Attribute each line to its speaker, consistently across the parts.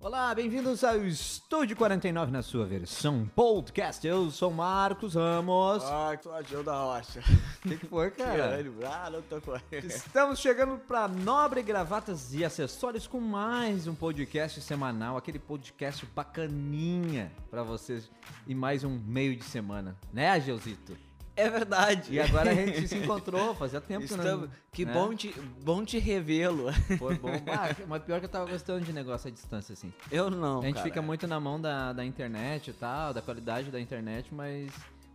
Speaker 1: Olá, bem-vindos ao Estúdio 49 na sua versão podcast. Eu sou o Marcos Ramos.
Speaker 2: Ah, que flagelo da rocha.
Speaker 1: O que, que foi, cara?
Speaker 2: Caralho, ah, não tô correndo.
Speaker 1: Estamos chegando para Nobre Gravatas e Acessórios com mais um podcast semanal, aquele podcast bacaninha para vocês e mais um meio de semana, né, Geuzito?
Speaker 2: É verdade.
Speaker 1: E agora a gente se encontrou, fazia tempo
Speaker 2: Estamos...
Speaker 1: que não...
Speaker 2: Que
Speaker 1: né?
Speaker 2: bom te, bom te revê-lo.
Speaker 1: Foi bom. Ah, mas pior que eu tava gostando de negócio à distância, assim.
Speaker 2: Eu não,
Speaker 1: a gente
Speaker 2: cara.
Speaker 1: fica muito na mão da, da internet e tal, da qualidade da internet, mas.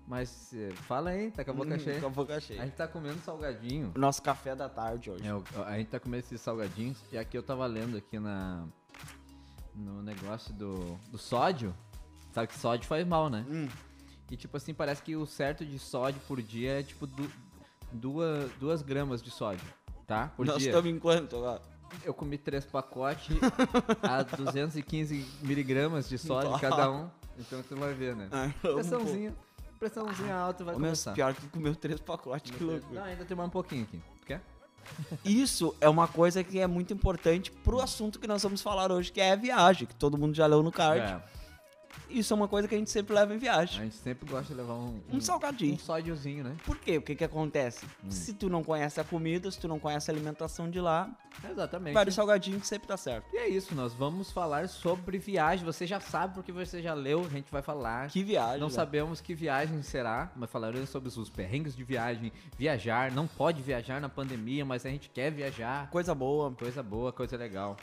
Speaker 1: Mas eh, fala aí, tá com a boca
Speaker 2: Hum,
Speaker 1: cheia.
Speaker 2: Com a boca
Speaker 1: A
Speaker 2: cheia.
Speaker 1: gente tá comendo salgadinho.
Speaker 2: Nosso café da tarde hoje.
Speaker 1: É, o- a gente tá comendo esses salgadinhos. E aqui eu tava lendo aqui na. No negócio do, do sódio. Sabe que sódio faz mal, né?
Speaker 2: Hum.
Speaker 1: E tipo assim, parece que o certo de sódio por dia é tipo du, duas, duas gramas de sódio, tá? Por
Speaker 2: Nós
Speaker 1: dia.
Speaker 2: estamos em quanto lá?
Speaker 1: Eu comi três pacotes a 215 miligramas de sódio cada um. Então tu vai ver, né?
Speaker 2: Ah, vamos pôr.
Speaker 1: Pressãozinha, pressãozinha alta vai
Speaker 2: Ô, meu,
Speaker 1: começar.
Speaker 2: Pior que comeu três pacotes, Ah, que loucura.
Speaker 1: Não, ainda tem mais um pouquinho aqui. Tu quer?
Speaker 2: Isso é uma coisa que é muito importante pro assunto que nós vamos falar hoje, que é a viagem, que todo mundo já leu no card.
Speaker 1: É,
Speaker 2: Isso é uma coisa que a gente sempre leva em
Speaker 1: a
Speaker 2: viagem.
Speaker 1: gente sempre gosta de levar um,
Speaker 2: Um salgadinho.
Speaker 1: um sódiozinho, né?
Speaker 2: Por quê? O que que acontece?
Speaker 1: Hum.
Speaker 2: Se tu não conhece a comida, se tu não conhece a alimentação de lá,
Speaker 1: Exatamente.
Speaker 2: vários salgadinhos que sempre tá certo.
Speaker 1: E é isso, nós vamos falar sobre viagem. Você já sabe porque você já leu, a gente vai falar.
Speaker 2: Que viagem.
Speaker 1: Não
Speaker 2: né?
Speaker 1: sabemos que viagem será, mas falaremos sobre os perrengues de viagem, viajar, não pode viajar na pandemia, mas a gente quer viajar.
Speaker 2: Coisa boa.
Speaker 1: Coisa boa, coisa legal.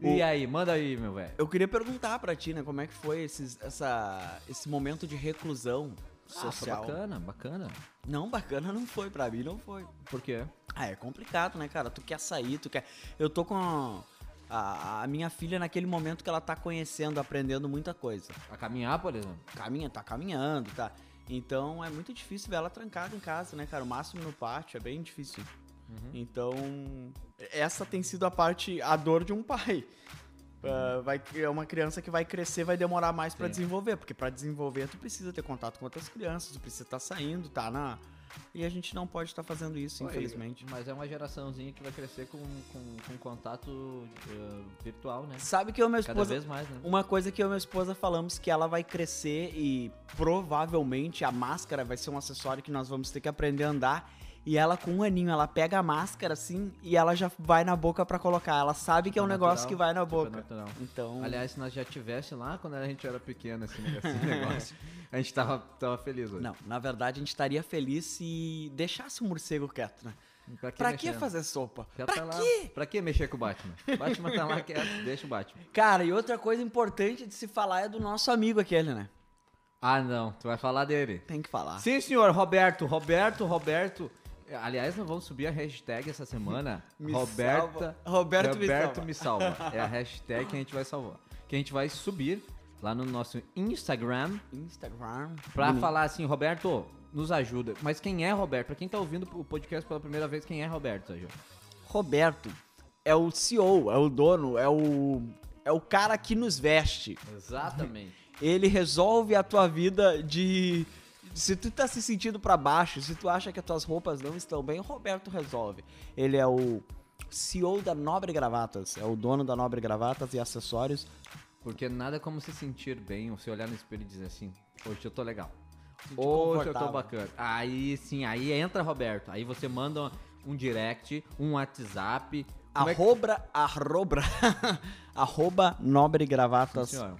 Speaker 2: O-
Speaker 1: E aí, manda aí, meu velho.
Speaker 2: Eu queria perguntar pra ti, né, como é que foi esses- essa, esse momento de reclusão
Speaker 1: Social.
Speaker 2: social?
Speaker 1: Ah, bacana, bacana.
Speaker 2: Não, bacana não foi, pra mim não foi.
Speaker 1: Por quê?
Speaker 2: Ah, é complicado, né, cara? Tu quer sair, tu quer. Eu tô com a, a- a minha filha naquele momento que ela tá conhecendo, aprendendo muita coisa.
Speaker 1: A caminhar, por exemplo.
Speaker 2: Caminha, tá caminhando, tá? Então é muito difícil ver ela trancada em casa, né, cara? O máximo no pátio é bem difícil.
Speaker 1: Uhum.
Speaker 2: Então, essa tem sido a parte, a dor de um pai. Ah, vai, é uma criança que vai crescer, vai demorar mais pra
Speaker 1: Uhum. Sim.
Speaker 2: desenvolver, porque pra desenvolver tu precisa ter contato com outras crianças, tu precisa estar saindo, tá na. E a gente não pode estar fazendo isso,
Speaker 1: Oi,
Speaker 2: infelizmente.
Speaker 1: Mas é uma geraçãozinha que vai crescer com, com, com contato eh, virtual, né?
Speaker 2: Sabe que eu e minha
Speaker 1: Cada
Speaker 2: esposa
Speaker 1: vez mais, né?
Speaker 2: Uma coisa que eu e minha esposa falamos que ela vai crescer e provavelmente a máscara vai ser um acessório que nós vamos ter que aprender a andar. E ela, com um aninho, ela pega a máscara assim e ela já vai na boca pra colocar. Ela sabe que é um
Speaker 1: Natural,
Speaker 2: negócio que vai na
Speaker 1: super
Speaker 2: boca.
Speaker 1: natural.
Speaker 2: Então.
Speaker 1: Aliás, se nós já tivesse lá quando a gente era pequeno esse negócio, esse negócio, a gente tava, tava feliz hoje.
Speaker 2: Não, na verdade a gente estaria feliz se deixasse o morcego quieto, né?
Speaker 1: Pra que,
Speaker 2: pra
Speaker 1: mexer,
Speaker 2: que
Speaker 1: né?
Speaker 2: fazer sopa?
Speaker 1: Já
Speaker 2: pra
Speaker 1: tá lá.
Speaker 2: quê?
Speaker 1: Pra que mexer com o Batman? Batman tá lá quieto, deixa o Batman.
Speaker 2: Cara, e outra coisa importante de se falar é do nosso amigo aquele, né?
Speaker 1: Ah, não, tu vai falar dele.
Speaker 2: Tem que falar.
Speaker 1: Ah. Sim, senhor, Roberto, Roberto, Roberto. Aliás, nós vamos subir a hashtag essa semana.
Speaker 2: Me
Speaker 1: Roberta,
Speaker 2: salva. Roberto me salva.
Speaker 1: me salva. É a hashtag que a gente vai salvar. Que a gente vai subir lá no nosso Instagram
Speaker 2: Instagram.
Speaker 1: pra falar assim, Roberto, nos ajuda. Mas quem é Roberto? Pra quem tá ouvindo o podcast pela primeira vez, quem é Roberto, Sérgio?
Speaker 2: Roberto é o CEO, é o dono, é o é o cara que nos veste.
Speaker 1: Exatamente.
Speaker 2: Ele resolve a tua vida de se tu tá se sentindo pra baixo, se tu acha que as tuas roupas não estão bem, o Roberto resolve. Ele é o CEO da Nobre Gravatas, é o dono da Nobre Gravatas e acessórios.
Speaker 1: Porque nada como se sentir bem, ou se olhar no espelho e dizer assim, hoje eu tô legal.
Speaker 2: Sente
Speaker 1: Hoje eu tô
Speaker 2: confortável.
Speaker 1: bacana. Aí sim, aí entra Roberto. Aí você manda um direct, um WhatsApp. Como é que-
Speaker 2: Arroba, arroba, arroba Nobre Gravatas
Speaker 1: Senhora,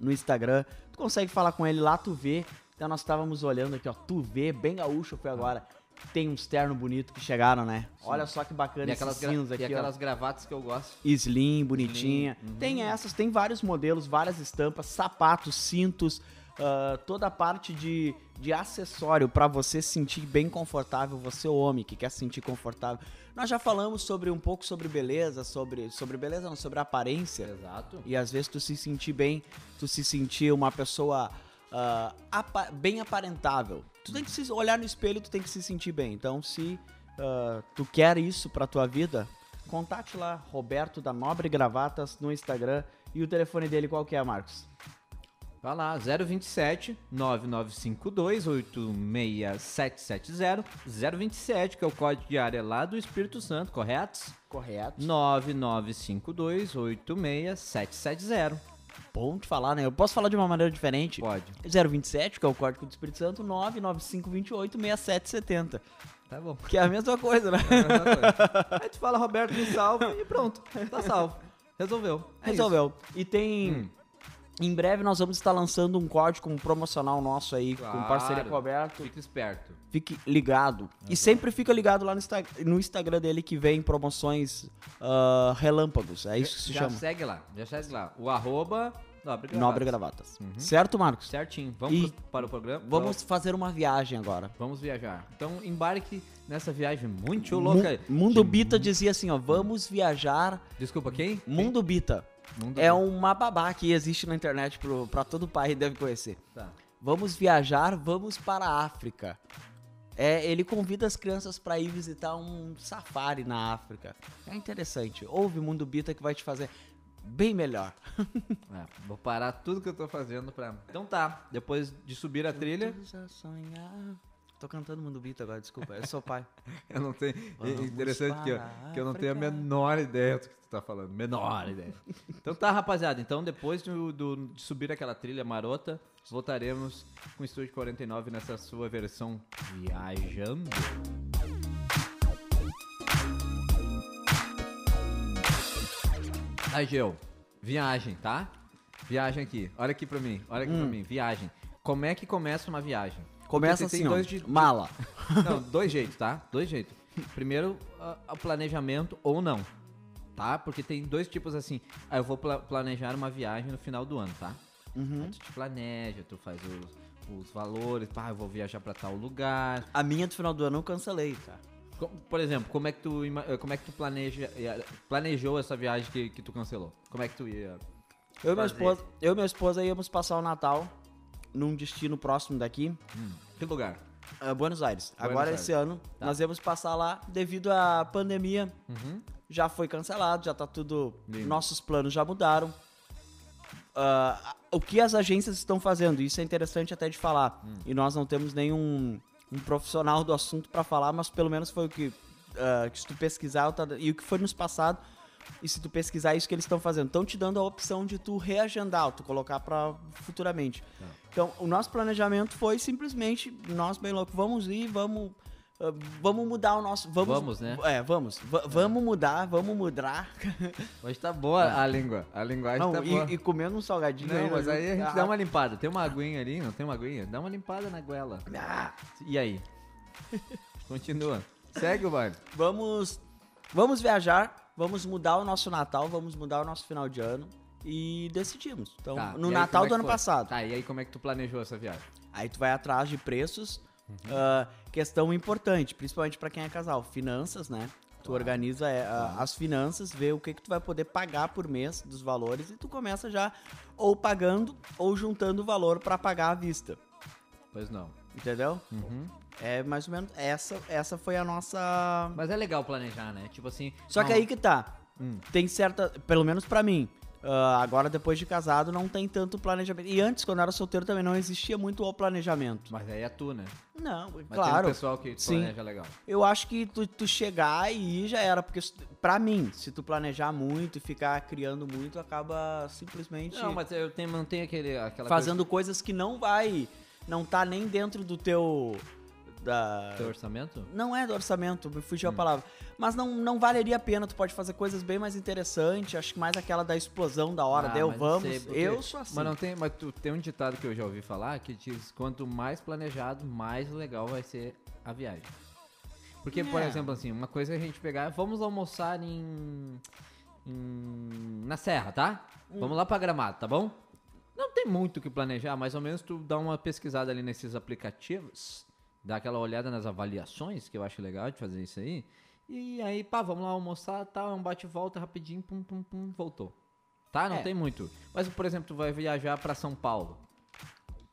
Speaker 2: no Instagram. Tu consegue falar com ele lá, tu vê. Então nós estávamos olhando aqui, ó. Tu vê, bem gaúcho foi agora. Tem uns terno bonito que chegaram, né? Olha só que bacana
Speaker 1: E
Speaker 2: esses
Speaker 1: aquelas, gra- e
Speaker 2: cinza aqui, ó.
Speaker 1: aquelas uhum. gravatas que eu gosto.
Speaker 2: Slim, bonitinha. Tem essas, tem vários modelos, várias estampas, sapatos, cintos, ah, toda a parte de, de acessório pra você se sentir bem confortável, você homem que quer se sentir confortável. Nós já falamos sobre um pouco sobre beleza, sobre sobre beleza, não, sobre aparência.
Speaker 1: Exato.
Speaker 2: E às vezes tu se sentir bem, tu se sentir uma pessoa ah, apa- bem aparentável. Tu tem que se olhar no espelho, tu tem que se sentir bem. Então, se ah, tu quer isso pra tua vida, contate lá Roberto da Nobre Gravatas no Instagram. E o telefone dele qual que é, Marcos?
Speaker 1: Vai tá lá, 027 9952 86770 027, que é o código de área lá do Espírito Santo, correto?
Speaker 2: Correto.
Speaker 1: 9952 86770.
Speaker 2: bom de falar, né? Eu posso falar de uma maneira diferente.
Speaker 1: Pode.
Speaker 2: 027, que é o código do Espírito Santo, 995286770.
Speaker 1: Tá bom.
Speaker 2: Que é a mesma coisa, né?
Speaker 1: Aí tu fala, Roberto, me salva e pronto. Tá salvo. Resolveu. É
Speaker 2: Resolveu. E tem.
Speaker 1: Hum.
Speaker 2: Em breve nós vamos estar lançando um código promocional nosso aí, com
Speaker 1: Claro.
Speaker 2: parceria com o
Speaker 1: isso.
Speaker 2: Alberto.
Speaker 1: Fica esperto.
Speaker 2: Fique ligado.
Speaker 1: Uhum.
Speaker 2: E sempre fica ligado lá no, Insta- no Instagram dele que vem promoções ah, relâmpagos. É isso que se
Speaker 1: já
Speaker 2: chama.
Speaker 1: segue lá. Já segue lá. O arroba nobre gravata.
Speaker 2: Nobre Gravatas.
Speaker 1: Uhum.
Speaker 2: Certo, Marcos?
Speaker 1: Certinho. Vamos
Speaker 2: E-
Speaker 1: pro- para o programa?
Speaker 2: Vamos fazer uma viagem agora.
Speaker 1: Vamos viajar. Então embarque nessa viagem muito
Speaker 2: Mu-
Speaker 1: louca.
Speaker 2: Mundo Bita dizia assim, ó, vamos viajar.
Speaker 1: Desculpa, quem?
Speaker 2: Mundo Bita.
Speaker 1: Mundo
Speaker 2: É uma babá que existe na internet pro, pra todo pai deve conhecer.
Speaker 1: Tá.
Speaker 2: Vamos viajar, vamos para a África. É, ele convida as crianças para ir visitar um safari na África. É interessante. Ouve Mundo Bita que vai te fazer bem melhor.
Speaker 1: É, vou parar tudo que eu tô fazendo pra. Então tá. Depois de subir a trilha,
Speaker 2: Vamos a sonhar. Tô cantando Mundo Bita agora, desculpa. Eu sou pai.
Speaker 1: eu não tenho. é
Speaker 2: Vamos
Speaker 1: interessante que eu,
Speaker 2: para
Speaker 1: que eu não tenho a
Speaker 2: África.
Speaker 1: menor ideia do que tu tá falando. Menor ideia. Então tá, rapaziada. Então depois do- do- de subir aquela trilha marota, voltaremos com o Estúdio 49 nessa sua versão viajando. Aí, Geo, viagem, tá? Viagem aqui. Olha aqui pra mim. Olha aqui pra mim. Viagem. Como é que começa uma viagem?
Speaker 2: Hum. Começa
Speaker 1: Porque
Speaker 2: assim,
Speaker 1: tem
Speaker 2: ó.
Speaker 1: dois de-
Speaker 2: Mala.
Speaker 1: Não, dois jeitos, tá? Dois jeitos. Primeiro, a- o planejamento ou não, tá? Porque tem dois tipos assim. Ah, eu vou pla- planejar uma viagem no final do ano, tá? Aí tu te planeja, tu faz os, os valores, pá, eu vou viajar pra tal lugar.
Speaker 2: A minha do final do ano eu cancelei, cara.
Speaker 1: Co- Por exemplo, como é que tu, ima- eh, como é que tu planeja, eh, planejou essa viagem que, que tu cancelou? Como é que tu ia?
Speaker 2: Eu e, minha
Speaker 1: Fazer.
Speaker 2: esposa, eu e minha esposa íamos passar o Natal num destino próximo daqui,
Speaker 1: Que lugar?
Speaker 2: eh, Buenos Aires. Agora
Speaker 1: Aires. Tá.
Speaker 2: esse ano nós íamos passar lá devido à pandemia. Já foi cancelado, já tá tudo.
Speaker 1: Uhum. Lindo.
Speaker 2: Nossos planos já mudaram. Ah, o que as agências estão fazendo? Isso é interessante até de falar.
Speaker 1: Hum.
Speaker 2: E nós não temos nenhum um profissional do assunto para falar, mas pelo menos foi o que, ah, que se tu pesquisar tá- e o que foi nos passado. E se tu pesquisar é isso que eles estão fazendo, estão te dando a opção de tu reagendar, tu colocar para futuramente.
Speaker 1: Tá.
Speaker 2: Então, o nosso planejamento foi simplesmente nós bem louco, vamos ir, vamos ah, vamos mudar o nosso, vamos,
Speaker 1: Vamos, né?
Speaker 2: É, vamos, Va- vamos mudar, vamos mudar.
Speaker 1: Hoje tá boa a língua, a linguagem
Speaker 2: Não,
Speaker 1: tá
Speaker 2: e-
Speaker 1: boa.
Speaker 2: e, comendo um salgadinho. Ah,
Speaker 1: Não,
Speaker 2: ainda
Speaker 1: mas aí a
Speaker 2: junto.
Speaker 1: gente dá uma lipada. Tem uma aguinha ali, não tem uma aguinha? Dá uma limpada na goela.
Speaker 2: Ah,
Speaker 1: E aí? Continua. Segue o baile.
Speaker 2: vamos, vamos viajar, vamos mudar o nosso Natal, vamos mudar o nosso final de ano e decidimos. Então,
Speaker 1: Tá, e
Speaker 2: no
Speaker 1: aí
Speaker 2: Natal
Speaker 1: como é
Speaker 2: do
Speaker 1: que
Speaker 2: ano
Speaker 1: foi?
Speaker 2: passado.
Speaker 1: Tá, e aí como é que tu planejou essa viagem?
Speaker 2: Aí tu vai atrás de preços.
Speaker 1: Uhum.
Speaker 2: Ah, questão importante, principalmente pra quem é casal, finanças, né? Tu organiza é, a- as finanças, vê o que que tu vai poder pagar por mês dos valores e tu começa já ou pagando ou juntando o valor pra pagar à vista,
Speaker 1: Pois não.
Speaker 2: entendeu?
Speaker 1: Uhum.
Speaker 2: É mais ou menos essa essa foi a nossa
Speaker 1: Mas é legal planejar, né? Tipo assim.
Speaker 2: Só
Speaker 1: não,
Speaker 2: que aí que tá.
Speaker 1: Hum.
Speaker 2: Tem certa. Pelo menos pra mim. ah, agora, depois de casado, não tem tanto planejamento. E antes, quando eu era solteiro, também não existia muito o planejamento.
Speaker 1: Mas aí é tu, né?
Speaker 2: Não,
Speaker 1: Mas tem
Speaker 2: claro.
Speaker 1: um pessoal que
Speaker 2: Sim.
Speaker 1: planeja legal.
Speaker 2: Eu acho que tu, tu chegar e ir já era. Porque, se- pra mim, se tu planejar muito e ficar criando muito, acaba simplesmente
Speaker 1: Não, mas eu tenho, mantenho aquele, aquela
Speaker 2: fazendo coisas que não vai. Não tá nem dentro do teu. Da,
Speaker 1: coisa do teu orçamento.
Speaker 2: Não é do orçamento, me fugiu a
Speaker 1: Hum.
Speaker 2: palavra. Mas não, não valeria a pena, tu pode fazer coisas bem mais interessantes, acho que mais aquela da explosão da hora,
Speaker 1: Ah,
Speaker 2: deu,
Speaker 1: mas não
Speaker 2: vamos.
Speaker 1: sei, porque-
Speaker 2: eu sou assim.
Speaker 1: Mas não tem, mas tu tem um ditado que eu já ouvi falar que diz quanto mais planejado, mais legal vai ser a viagem. Porque, por
Speaker 2: É.
Speaker 1: exemplo, assim, uma coisa é a gente pegar, vamos almoçar em, em- na serra, tá?
Speaker 2: Hum.
Speaker 1: Vamos lá pra Gramado, tá bom? Não tem muito o que planejar, mais ou menos tu dá uma pesquisada ali nesses aplicativos, dá aquela olhada nas avaliações, que eu acho legal de fazer isso aí. E aí, pá, vamos lá almoçar, tal, é um bate e volta rapidinho, pum, pum, pum, voltou. Tá? Não
Speaker 2: É.
Speaker 1: tem muito. Mas, por exemplo, tu vai viajar pra São Paulo.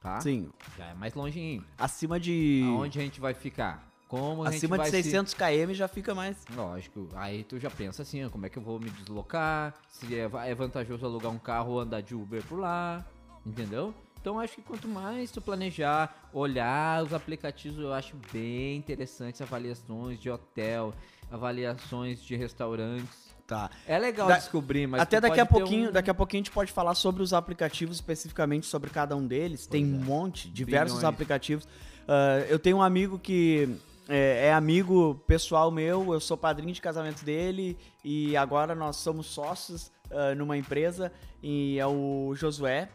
Speaker 1: Tá?
Speaker 2: Sim,
Speaker 1: Já é mais longinho.
Speaker 2: acima de.
Speaker 1: Aonde a gente vai ficar? Como a gente
Speaker 2: acima de
Speaker 1: vai se-
Speaker 2: 600 km já fica mais.
Speaker 1: Lógico. Aí tu já pensa assim, ó, como é que eu vou me deslocar? Se é, va- é vantajoso alugar um carro ou andar de Uber por lá, entendeu? Então acho que quanto mais tu planejar, olhar os aplicativos, eu acho bem interessantes avaliações de hotel, avaliações de restaurantes.
Speaker 2: tá?
Speaker 1: É legal
Speaker 2: Da-
Speaker 1: descobrir, mas
Speaker 2: Até
Speaker 1: tu
Speaker 2: daqui a
Speaker 1: pode ter
Speaker 2: pouquinho,
Speaker 1: um-
Speaker 2: daqui a pouquinho a gente pode falar sobre os aplicativos especificamente sobre cada um deles. Tem um
Speaker 1: é.
Speaker 2: monte, diversos
Speaker 1: Bilhões.
Speaker 2: aplicativos. Ah, eu tenho um amigo que é, é amigo pessoal meu, eu sou padrinho de casamento dele e agora nós somos sócios ah, numa empresa e é o Josué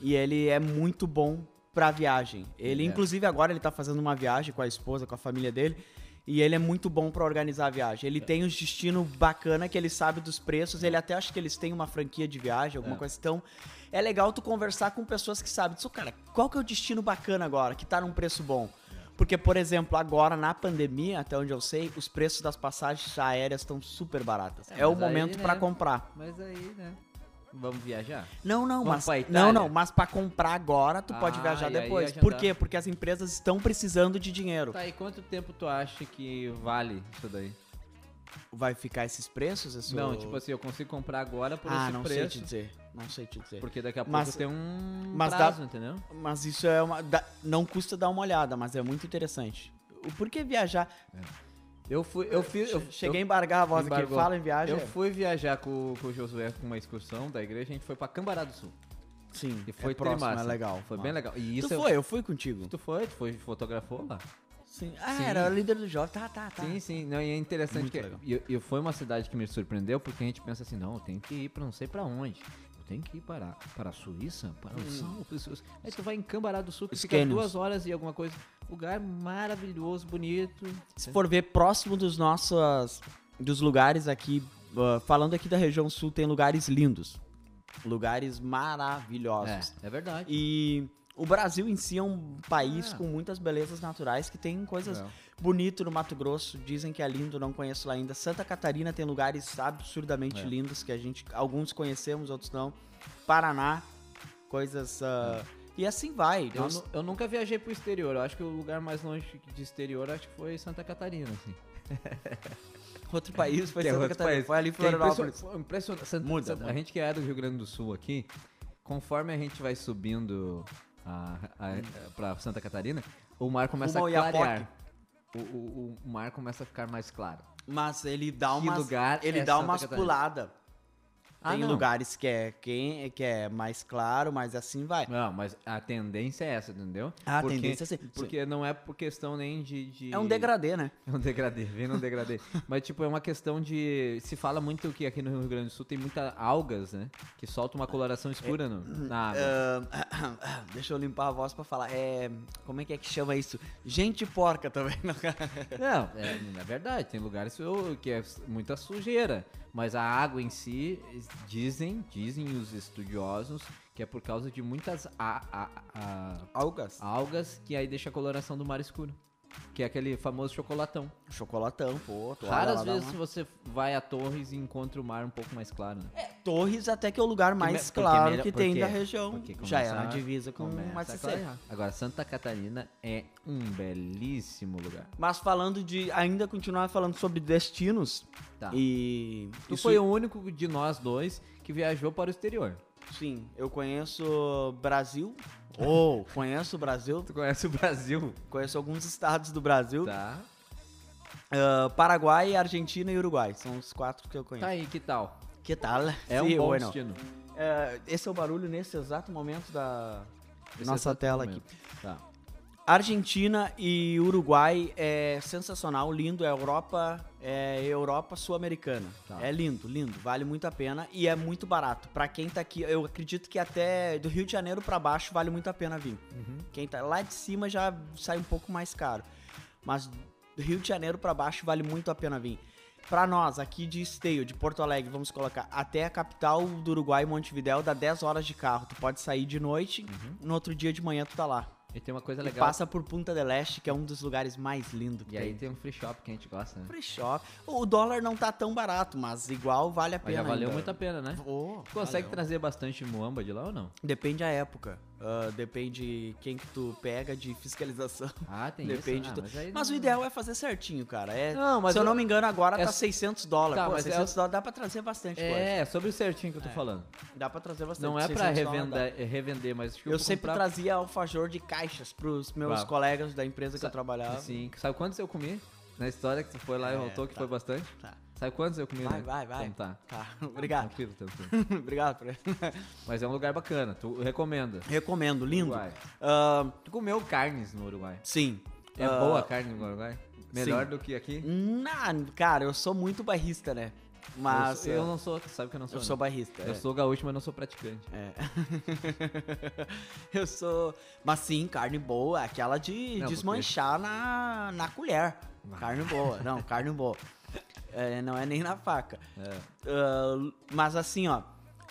Speaker 2: e ele é muito bom pra viagem. Ele
Speaker 1: É.
Speaker 2: inclusive agora ele tá fazendo uma viagem com a esposa, com a família dele. E ele é muito bom pra organizar a
Speaker 1: É.
Speaker 2: viagem. Ele tem uns destinos bacana que ele sabe dos preços. Ele até acha que eles têm uma franquia de viagem, alguma
Speaker 1: É.
Speaker 2: coisa. Então, é legal tu conversar com pessoas que sabem. Disso, cara, qual que é o destino bacana agora, que tá num preço bom? Porque, por exemplo, agora na pandemia, até onde eu sei, os preços das passagens aéreas estão super baratas.
Speaker 1: É,
Speaker 2: É, o
Speaker 1: mas aí,
Speaker 2: momento pra
Speaker 1: né?
Speaker 2: comprar.
Speaker 1: Mas aí, né? Vamos viajar?
Speaker 2: Não, não,
Speaker 1: Vamos
Speaker 2: mas
Speaker 1: pra Itália?
Speaker 2: não, não, mas para comprar agora tu pode
Speaker 1: Ah,
Speaker 2: viajar
Speaker 1: e aí
Speaker 2: depois.
Speaker 1: adiantar.
Speaker 2: Por quê? Porque as empresas estão precisando de dinheiro.
Speaker 1: Tá, e quanto tempo tu acha que vale isso daí?
Speaker 2: Vai ficar esses preços? Isso...
Speaker 1: Não, tipo assim, eu consigo comprar agora por
Speaker 2: ah,
Speaker 1: esse
Speaker 2: não sei
Speaker 1: preço.
Speaker 2: te dizer. Não sei te dizer.
Speaker 1: Porque daqui a pouco
Speaker 2: Mas-
Speaker 1: tem um
Speaker 2: mas dá-
Speaker 1: prazo, entendeu?
Speaker 2: Mas isso é uma. dá- não custa dar uma olhada, mas é muito interessante. O porquê viajar?
Speaker 1: Eu fui, eu fiz, eu
Speaker 2: Che- Cheguei a embargar a voz aqui.
Speaker 1: embargou.
Speaker 2: Fala em
Speaker 1: eu,
Speaker 2: viagem.
Speaker 1: eu fui viajar com, com o Josué com uma excursão da igreja, a gente foi pra Cambará do Sul.
Speaker 2: Sim.
Speaker 1: E foi
Speaker 2: é próximo,
Speaker 1: trimassa.
Speaker 2: é legal.
Speaker 1: Foi bem legal. E
Speaker 2: Isso
Speaker 1: isso
Speaker 2: tu
Speaker 1: eu-
Speaker 2: foi, eu fui contigo.
Speaker 1: Tu foi, tu foi, fotografou lá?
Speaker 2: Sim. Ah,
Speaker 1: Sim.
Speaker 2: era o líder do jovem. Tá, tá, tá.
Speaker 1: Sim, sim. Não, e é interessante
Speaker 2: Muito
Speaker 1: que
Speaker 2: legal.
Speaker 1: e, e foi uma cidade que me surpreendeu porque a gente pensa assim, não, eu tenho que ir para não sei para onde. Eu tenho que ir para, para a Suíça, para
Speaker 2: Hum.
Speaker 1: o São Francisco. Aí tu vai em Cambará do Sul, que
Speaker 2: Os
Speaker 1: fica
Speaker 2: canyons.
Speaker 1: duas horas e alguma coisa. Lugar maravilhoso, bonito.
Speaker 2: Se for ver próximo dos nossos. dos lugares aqui. ah, falando aqui da região sul, tem lugares lindos. Lugares maravilhosos.
Speaker 1: É, é verdade.
Speaker 2: E o Brasil em si é um país
Speaker 1: Ah.
Speaker 2: com muitas belezas naturais que tem coisas
Speaker 1: É.
Speaker 2: bonito no Mato Grosso, dizem que é lindo, não conheço lá ainda. Santa Catarina tem lugares absurdamente
Speaker 1: É.
Speaker 2: lindos que a gente alguns conhecemos, outros não. Paraná, coisas ah, e assim vai.
Speaker 1: Eu,
Speaker 2: Nós-
Speaker 1: nu- eu nunca viajei pro exterior. Eu acho que o lugar mais longe de exterior acho que foi Santa Catarina, assim.
Speaker 2: Outro país foi
Speaker 1: Que é
Speaker 2: Santa
Speaker 1: outro
Speaker 2: Catarina,
Speaker 1: país.
Speaker 2: foi ali em
Speaker 1: Que é
Speaker 2: Florianópolis.
Speaker 1: impression- impressionante. Santa-
Speaker 2: Muda,
Speaker 1: Santa-
Speaker 2: né?
Speaker 1: A gente que é do Rio Grande do Sul aqui, conforme a gente vai subindo a, a, a- pra Santa Catarina, o mar começa
Speaker 2: Rumo ao
Speaker 1: a
Speaker 2: Iapoque.
Speaker 1: clarear. O, o- o mar começa a ficar mais claro.
Speaker 2: Mas ele dá
Speaker 1: Que
Speaker 2: umas,
Speaker 1: lugar
Speaker 2: ele
Speaker 1: é
Speaker 2: dá
Speaker 1: Santa
Speaker 2: umas
Speaker 1: Catarina?
Speaker 2: puladas.
Speaker 1: Ah,
Speaker 2: tem
Speaker 1: não.
Speaker 2: lugares que é, quem, que é mais claro, mas assim vai.
Speaker 1: Não, mas a tendência é essa, entendeu?
Speaker 2: Ah, a tendência é assim.
Speaker 1: Porque não é por questão nem de... de-
Speaker 2: É um degradê, né?
Speaker 1: É um degradê, vem num degradê. Mas, tipo, é uma questão de. Se fala muito que aqui no Rio Grande do Sul tem muita algas, né? Que solta uma coloração escura no,
Speaker 2: É.
Speaker 1: na água.
Speaker 2: Ah, Deixa eu limpar a voz pra falar. É, como é que é que chama isso? Gente porca também. não?
Speaker 1: Não, é, na verdade, tem lugares eu- que é s- muita sujeira, mas a água em si, es- dizem, dizem os estudiosos, que é por causa de muitas a- a- a-
Speaker 2: Algas.
Speaker 1: algas que aí deixa a coloração do mar escuro, que é aquele famoso chocolatão.
Speaker 2: Chocolatão, pô. tu olha
Speaker 1: Raras
Speaker 2: lá, dá
Speaker 1: vezes
Speaker 2: uma-
Speaker 1: você vai a Torres e encontra o mar um pouco mais claro, né?
Speaker 2: Torres até que é o lugar mais
Speaker 1: me- porque
Speaker 2: claro
Speaker 1: melhor-
Speaker 2: que tem
Speaker 1: porque-
Speaker 2: da região.
Speaker 1: porque
Speaker 2: Já é
Speaker 1: começa-
Speaker 2: na divisa com
Speaker 1: começa a
Speaker 2: Maceió.
Speaker 1: clarear. Agora, Santa Catarina é um belíssimo lugar.
Speaker 2: Mas falando de... Ainda continuar falando sobre destinos.
Speaker 1: Tá.
Speaker 2: E...
Speaker 1: Tu
Speaker 2: isso-
Speaker 1: foi o único de nós dois que viajou para o exterior.
Speaker 2: Sim, eu conheço Brasil. Ou conheço o Brasil.
Speaker 1: Tu conhece o Brasil?
Speaker 2: Conheço alguns estados do Brasil.
Speaker 1: Tá.
Speaker 2: Ah, Paraguai, Argentina e Uruguai. São os quatro que eu conheço.
Speaker 1: Tá aí, que tal?
Speaker 2: Que tal?
Speaker 1: É
Speaker 2: Sim,
Speaker 1: um bom
Speaker 2: bueno.
Speaker 1: destino.
Speaker 2: É, esse é o barulho nesse exato momento da
Speaker 1: Esse
Speaker 2: nossa
Speaker 1: exato
Speaker 2: tela
Speaker 1: momento.
Speaker 2: aqui.
Speaker 1: Tá.
Speaker 2: Argentina e Uruguai é sensacional, lindo, é Europa, é Europa sul-americana.
Speaker 1: Tá.
Speaker 2: É lindo, lindo, vale muito a pena e é muito barato. Pra quem tá aqui, eu acredito que até do Rio de Janeiro pra baixo vale muito a pena vir. Quem tá lá de cima já sai um pouco mais caro. Mas do Rio de Janeiro pra baixo vale muito a pena vir. Pra nós, aqui de Esteio, de Porto Alegre, vamos colocar até a capital do Uruguai, Montevidéu, dá 10 horas de carro. Tu pode sair de noite, no outro dia de manhã tu tá lá.
Speaker 1: E tem uma coisa
Speaker 2: E
Speaker 1: legal.
Speaker 2: passa por Punta del Este, que é um dos lugares mais lindos que
Speaker 1: E aí
Speaker 2: tem.
Speaker 1: tem um free shop que a gente gosta, né?
Speaker 2: Free shop. O dólar não tá tão barato, mas igual vale a
Speaker 1: Mas
Speaker 2: pena.
Speaker 1: já valeu
Speaker 2: ainda.
Speaker 1: muito a pena, né?
Speaker 2: Oh,
Speaker 1: Tu consegue
Speaker 2: valeu.
Speaker 1: trazer bastante muamba de lá ou não?
Speaker 2: Depende a época. ah, depende quem que tu pega de fiscalização.
Speaker 1: Ah, tem
Speaker 2: Depende
Speaker 1: isso.
Speaker 2: do-
Speaker 1: Ah, mas, aí
Speaker 2: Mas o
Speaker 1: não-
Speaker 2: ideal é fazer certinho, cara. É,
Speaker 1: Não, mas
Speaker 2: se eu,
Speaker 1: eu-
Speaker 2: não me engano, agora
Speaker 1: é-
Speaker 2: tá 600 dólares.
Speaker 1: Tá,
Speaker 2: Pô,
Speaker 1: mas é-
Speaker 2: 600 dólares dá pra trazer bastante coisa.
Speaker 1: É, sobre o certinho que eu tô falando.
Speaker 2: Dá pra trazer bastante.
Speaker 1: Não é pra
Speaker 2: 600 dólares dá.
Speaker 1: revender, revender mas acho que
Speaker 2: Eu,
Speaker 1: eu vou
Speaker 2: sempre
Speaker 1: comprar-
Speaker 2: trazia alfajor de caixas pros meus
Speaker 1: Bah.
Speaker 2: colegas da empresa que
Speaker 1: Sa-
Speaker 2: eu trabalhava.
Speaker 1: Sim. Sabe quantos eu comi? Na história que tu foi lá e
Speaker 2: É,
Speaker 1: voltou, que
Speaker 2: tá.
Speaker 1: foi bastante?
Speaker 2: Tá.
Speaker 1: Sabe quantos eu comi,
Speaker 2: Vai,
Speaker 1: né?
Speaker 2: vai, vai.
Speaker 1: Então tá.
Speaker 2: Tá, obrigado.
Speaker 1: Tranquilo, tranquilo.
Speaker 2: obrigado. por-
Speaker 1: Mas é um lugar bacana, tu recomenda.
Speaker 2: Recomendo, lindo.
Speaker 1: Uruguai.
Speaker 2: Ah,
Speaker 1: Tu comeu carnes no Uruguai.
Speaker 2: sim.
Speaker 1: É
Speaker 2: Ah,
Speaker 1: boa a carne no Uruguai? Melhor
Speaker 2: sim.
Speaker 1: do que aqui?
Speaker 2: na- cara, eu sou muito barrista, né?
Speaker 1: Eu,
Speaker 2: Mas ah,
Speaker 1: sou- eu não sou, tu sabe que é. eu não sou.
Speaker 2: eu sou
Speaker 1: né?
Speaker 2: barrista.
Speaker 1: Eu
Speaker 2: é.
Speaker 1: sou gaúcho, mas não sou praticante.
Speaker 2: É. eu sou. Mas sim, carne boa, aquela de
Speaker 1: Não,
Speaker 2: desmanchar na, na colher.
Speaker 1: Ah.
Speaker 2: Carne boa, não, carne boa. É, não é nem na faca.
Speaker 1: É.
Speaker 2: Ah, mas assim, ó,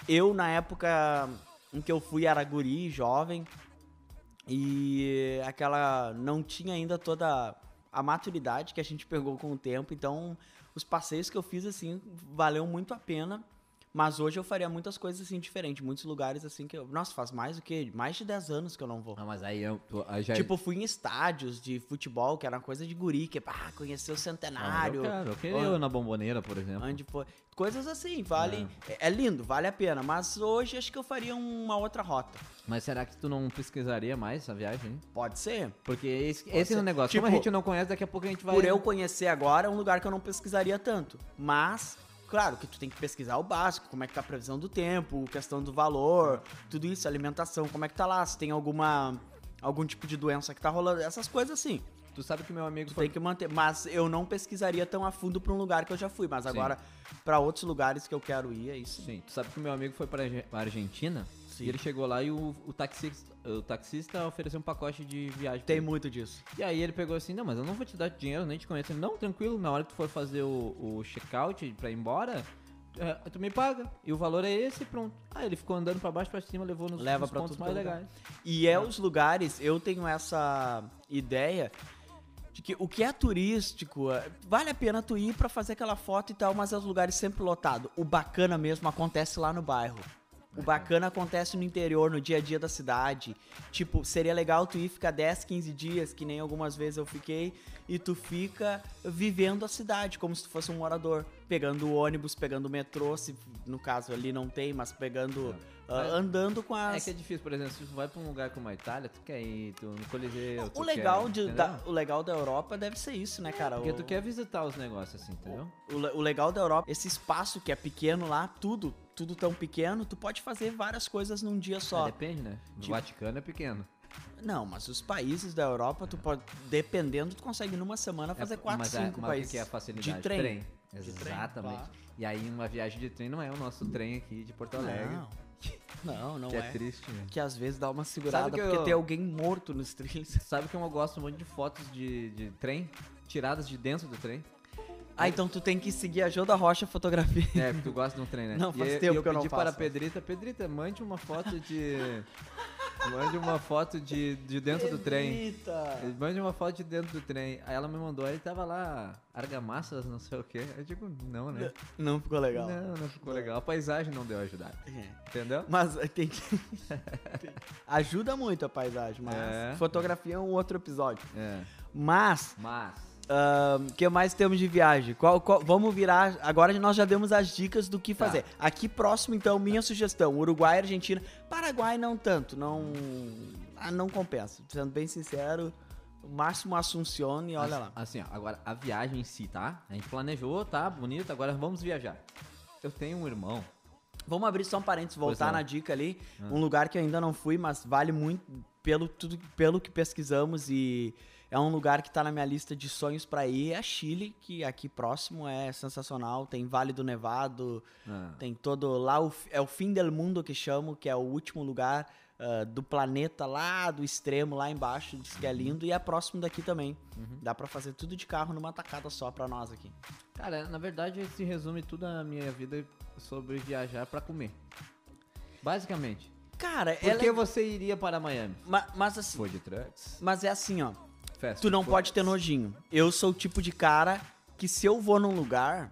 Speaker 2: eu na época em Um que eu fui era guri, jovem, e aquela. não tinha ainda toda a maturidade que a gente pegou com o tempo, então os passeios que eu fiz, assim, valeu muito a pena. Mas hoje eu faria muitas coisas assim diferentes, muitos lugares assim que eu. Nossa, faz mais do que? Mais de 10 anos que eu não vou.
Speaker 1: Ah, mas aí eu tu- aí já...
Speaker 2: Tipo, fui em estádios de futebol, que era uma coisa de guri, que ah, conheceu
Speaker 1: ah,
Speaker 2: o
Speaker 1: mas eu
Speaker 2: centenário.
Speaker 1: quero, eu queria eu na bomboneira, por exemplo.
Speaker 2: Onde foi. Coisas assim, vale. É. é lindo, vale a pena. Mas hoje acho que eu faria uma outra rota.
Speaker 1: Mas será que tu não pesquisaria mais essa viagem? hein?
Speaker 2: Pode ser.
Speaker 1: Porque esse, esse é o
Speaker 2: ser.
Speaker 1: negócio.
Speaker 2: Tipo,
Speaker 1: Como a gente não conhece, daqui a pouco a gente vai.
Speaker 2: Por eu conhecer agora, é um lugar que eu não pesquisaria tanto. Mas, claro, que tu tem que pesquisar o básico, como é que tá a previsão do tempo, questão do valor, tudo isso, alimentação, como é que tá lá, se tem alguma. algum tipo de doença que tá rolando, essas coisas assim.
Speaker 1: Tu sabe que meu amigo
Speaker 2: Tu
Speaker 1: foi.
Speaker 2: tem que manter. Mas eu não pesquisaria tão a fundo pra um lugar que eu já fui. Mas agora, pra outros lugares que eu quero ir, é isso.
Speaker 1: Sim, tu sabe que meu amigo foi pra Arge- pra Argentina
Speaker 2: Sim.
Speaker 1: e ele chegou lá e o, o taxista, o taxista ofereceu um pacote de viagem. pra
Speaker 2: Tem
Speaker 1: ele.
Speaker 2: muito disso.
Speaker 1: E aí ele pegou assim, não, mas eu não vou te dar dinheiro, nem te conheço. Ele, não, tranquilo, na hora que tu for fazer o, o check-out pra ir embora, é, tu me paga. E o valor é esse e pronto. Ah, ele ficou andando pra baixo, pra cima, levou nos,
Speaker 2: Leva
Speaker 1: nos
Speaker 2: pra
Speaker 1: pontos
Speaker 2: tudo
Speaker 1: mais
Speaker 2: quanto é
Speaker 1: legais.
Speaker 2: E é os lugares, eu tenho essa ideia de que o que é turístico, é, vale a pena tu ir pra fazer aquela foto e tal, mas é os lugares sempre lotado. O bacana mesmo acontece lá no bairro. O bacana acontece no interior, no dia a dia da cidade. Tipo, seria legal tu ir ficar 10, 15 dias, que nem algumas vezes eu fiquei, e tu fica vivendo a cidade, como se tu fosse um morador. Pegando o ônibus, pegando o metrô, se no caso ali não tem, mas pegando. ah,
Speaker 1: Mas-
Speaker 2: andando com as.
Speaker 1: É que é difícil, por exemplo, se tu vai pra um lugar como a Itália, tu quer ir, tu no Coliseu. tu
Speaker 2: O legal,
Speaker 1: quer,
Speaker 2: de-
Speaker 1: entendeu?
Speaker 2: da, o legal da Europa deve ser isso, né, cara?
Speaker 1: Porque
Speaker 2: o,
Speaker 1: tu quer visitar os negócios assim, entendeu?
Speaker 2: o, le- o legal da Europa, esse espaço que é pequeno lá, tudo, tudo tão pequeno, tu pode fazer várias coisas num dia
Speaker 1: Ah,
Speaker 2: só.
Speaker 1: depende, né? O
Speaker 2: Tipo-
Speaker 1: Vaticano é pequeno.
Speaker 2: Não, mas os países da Europa, tu pode, dependendo, tu consegue numa semana fazer
Speaker 1: É,
Speaker 2: quatro,
Speaker 1: mas é-
Speaker 2: cinco
Speaker 1: mas o
Speaker 2: países.
Speaker 1: que que é a facilidade?
Speaker 2: De trem. De trem,
Speaker 1: Exatamente.
Speaker 2: claro.
Speaker 1: E aí, uma viagem de trem não é o nosso trem aqui de Porto Alegre.
Speaker 2: Não, não, não
Speaker 1: que é,
Speaker 2: é.
Speaker 1: triste, né?
Speaker 2: Que às vezes dá uma segurada,
Speaker 1: que
Speaker 2: porque
Speaker 1: eu-
Speaker 2: tem alguém morto nos trilhos.
Speaker 1: Sabe que eu gosto muito de fotos de, de trem, tiradas de dentro do trem.
Speaker 2: Ah, então tu tem que seguir a Jô da Rocha Fotografia.
Speaker 1: É, porque tu gosta de um trem, né?
Speaker 2: Não,
Speaker 1: E
Speaker 2: faz
Speaker 1: eu-
Speaker 2: tempo
Speaker 1: e eu
Speaker 2: que eu não
Speaker 1: pedi para a
Speaker 2: faço. né?
Speaker 1: Pedrita, Pedrita, mande uma foto de... mande uma foto de, de dentro do trem.
Speaker 2: Eita!
Speaker 1: Mande uma foto de dentro do trem. Aí ela me mandou, aí tava lá, argamassas, não sei o quê. Eu digo, não, né?
Speaker 2: Não ficou legal.
Speaker 1: Não, não ficou legal. A paisagem não deu a ajudar.
Speaker 2: É.
Speaker 1: Entendeu?
Speaker 2: Mas tem que. Ajuda muito a paisagem, mas
Speaker 1: É.
Speaker 2: fotografia é um outro episódio.
Speaker 1: É.
Speaker 2: Mas,
Speaker 1: Mas.
Speaker 2: ahn, o que mais temos de viagem? Qual- qual- vamos virar. Agora nós já demos as dicas do que
Speaker 1: Tá.
Speaker 2: fazer. Aqui próximo, então, minha sugestão: Uruguai, Argentina. Paraguai, não tanto. Não. ah, não compensa. Sendo bem sincero, máximo Assunción e olha lá.
Speaker 1: Assim, ó, agora a viagem em si, tá? A gente planejou, tá? Bonito, agora vamos viajar. Eu tenho um irmão.
Speaker 2: Vamos abrir só um parênteses, voltar
Speaker 1: não.
Speaker 2: na dica ali. Um lugar que eu ainda não fui, mas vale muito pelo, tudo, pelo que pesquisamos e é um lugar que tá na minha lista de sonhos pra ir. É Chile, que aqui próximo é sensacional. Tem Vale do Nevado,
Speaker 1: Ah,
Speaker 2: tem todo lá. O, é o fim del mundo que chamo, que é o último lugar ah, do planeta lá do extremo, lá embaixo. Diz que é lindo e é próximo daqui também. Dá pra fazer tudo de carro numa tacada só pra nós aqui.
Speaker 1: Cara, na verdade se resume tudo a minha vida sobre viajar pra comer. Basicamente.
Speaker 2: Cara,
Speaker 1: Por
Speaker 2: é
Speaker 1: que
Speaker 2: legal.
Speaker 1: você iria para Miami?
Speaker 2: Ma- mas assim,
Speaker 1: Food trucks.
Speaker 2: mas é assim, ó.
Speaker 1: Fast
Speaker 2: Tu não
Speaker 1: food.
Speaker 2: pode ter nojinho. Eu sou o tipo de cara que se eu vou num lugar,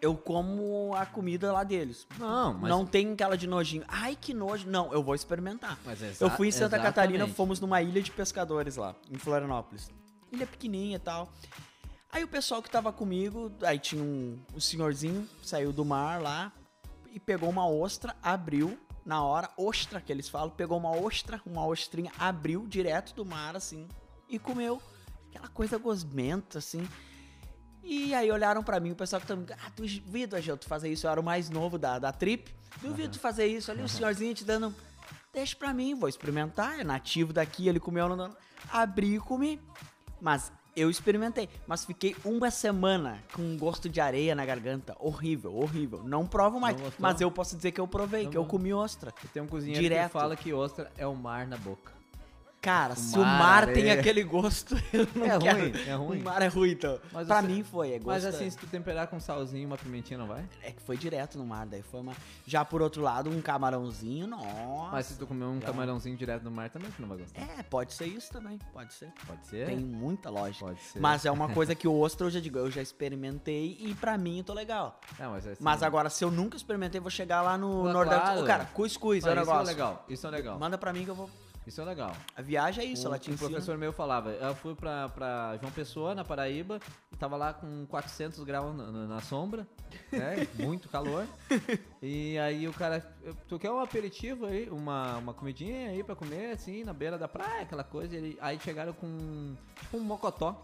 Speaker 2: eu como a comida lá deles.
Speaker 1: Não, mas.
Speaker 2: Não tem aquela de nojinho. Ai, que nojo. Não, eu vou experimentar.
Speaker 1: mas é exa-
Speaker 2: Eu fui em Santa Catarina,
Speaker 1: exatamente.
Speaker 2: fomos numa ilha de pescadores lá, em Florianópolis. Ilha pequenininha e tal. Aí o pessoal que tava comigo, aí tinha um, um senhorzinho, saiu do mar lá e pegou uma ostra, abriu na hora, ostra que eles falam, pegou uma ostra, uma ostrinha, abriu direto do mar assim e comeu aquela coisa gosmenta assim. E E aí olharam pra mim, o pessoal que tava, ah, duvido, Ageu, tu fazer isso, eu era o mais novo da, da trip, duvido tu fazer isso, ali o senhorzinho te dando, deixa pra mim, vou experimentar, é nativo daqui, ele comeu, não, não, abri e comi, mas eu experimentei, mas fiquei uma semana com um gosto de areia na garganta, horrível, horrível, não provo mais,
Speaker 1: Não gostou?
Speaker 2: mas eu posso dizer que eu provei,
Speaker 1: Não
Speaker 2: que eu
Speaker 1: gostou.
Speaker 2: comi ostra.
Speaker 1: E Tem um cozinheiro
Speaker 2: Direto.
Speaker 1: que fala que ostra é o mar na boca.
Speaker 2: Cara,
Speaker 1: O
Speaker 2: se o
Speaker 1: mar,
Speaker 2: mar tem
Speaker 1: areia.
Speaker 2: aquele gosto, eu não
Speaker 1: É
Speaker 2: quero.
Speaker 1: ruim, é ruim.
Speaker 2: O mar é ruim, então.
Speaker 1: Mas
Speaker 2: pra
Speaker 1: você-
Speaker 2: mim foi, é gosto.
Speaker 1: Mas assim, se tu temperar com salzinho e uma pimentinha, não vai?
Speaker 2: É que foi direto no mar, daí foi uma... Já por outro lado, um camarãozinho, nossa.
Speaker 1: Mas se tu comer um
Speaker 2: já.
Speaker 1: camarãozinho direto do mar, também tu não vai gostar.
Speaker 2: É, pode ser isso também, pode ser.
Speaker 1: Pode ser?
Speaker 2: Tem muita lógica.
Speaker 1: É? Pode ser.
Speaker 2: Mas é uma coisa que o ostra, eu já digo, eu já experimentei e pra mim eu tô legal.
Speaker 1: Não, mas, assim,
Speaker 2: Mas agora, é se eu nunca experimentei, vou chegar lá no
Speaker 1: Claro.
Speaker 2: Nordeste. Ô, cara,
Speaker 1: Mas
Speaker 2: cuscuz é o
Speaker 1: isso é
Speaker 2: negócio.
Speaker 1: legal, isso é legal.
Speaker 2: Manda pra mim que eu vou...
Speaker 1: Isso é legal.
Speaker 2: A viagem é isso,
Speaker 1: um,
Speaker 2: ela te
Speaker 1: um
Speaker 2: ensina.
Speaker 1: professor meu falava, eu fui pra, pra João Pessoa, na Paraíba, e tava lá com 400 graus na, na- na sombra, né? muito calor. E aí o cara, eu- tu quer um aperitivo aí, uma, uma comidinha aí pra comer, assim, na beira da praia, aquela coisa. E ele- aí chegaram com, tipo, um mocotó,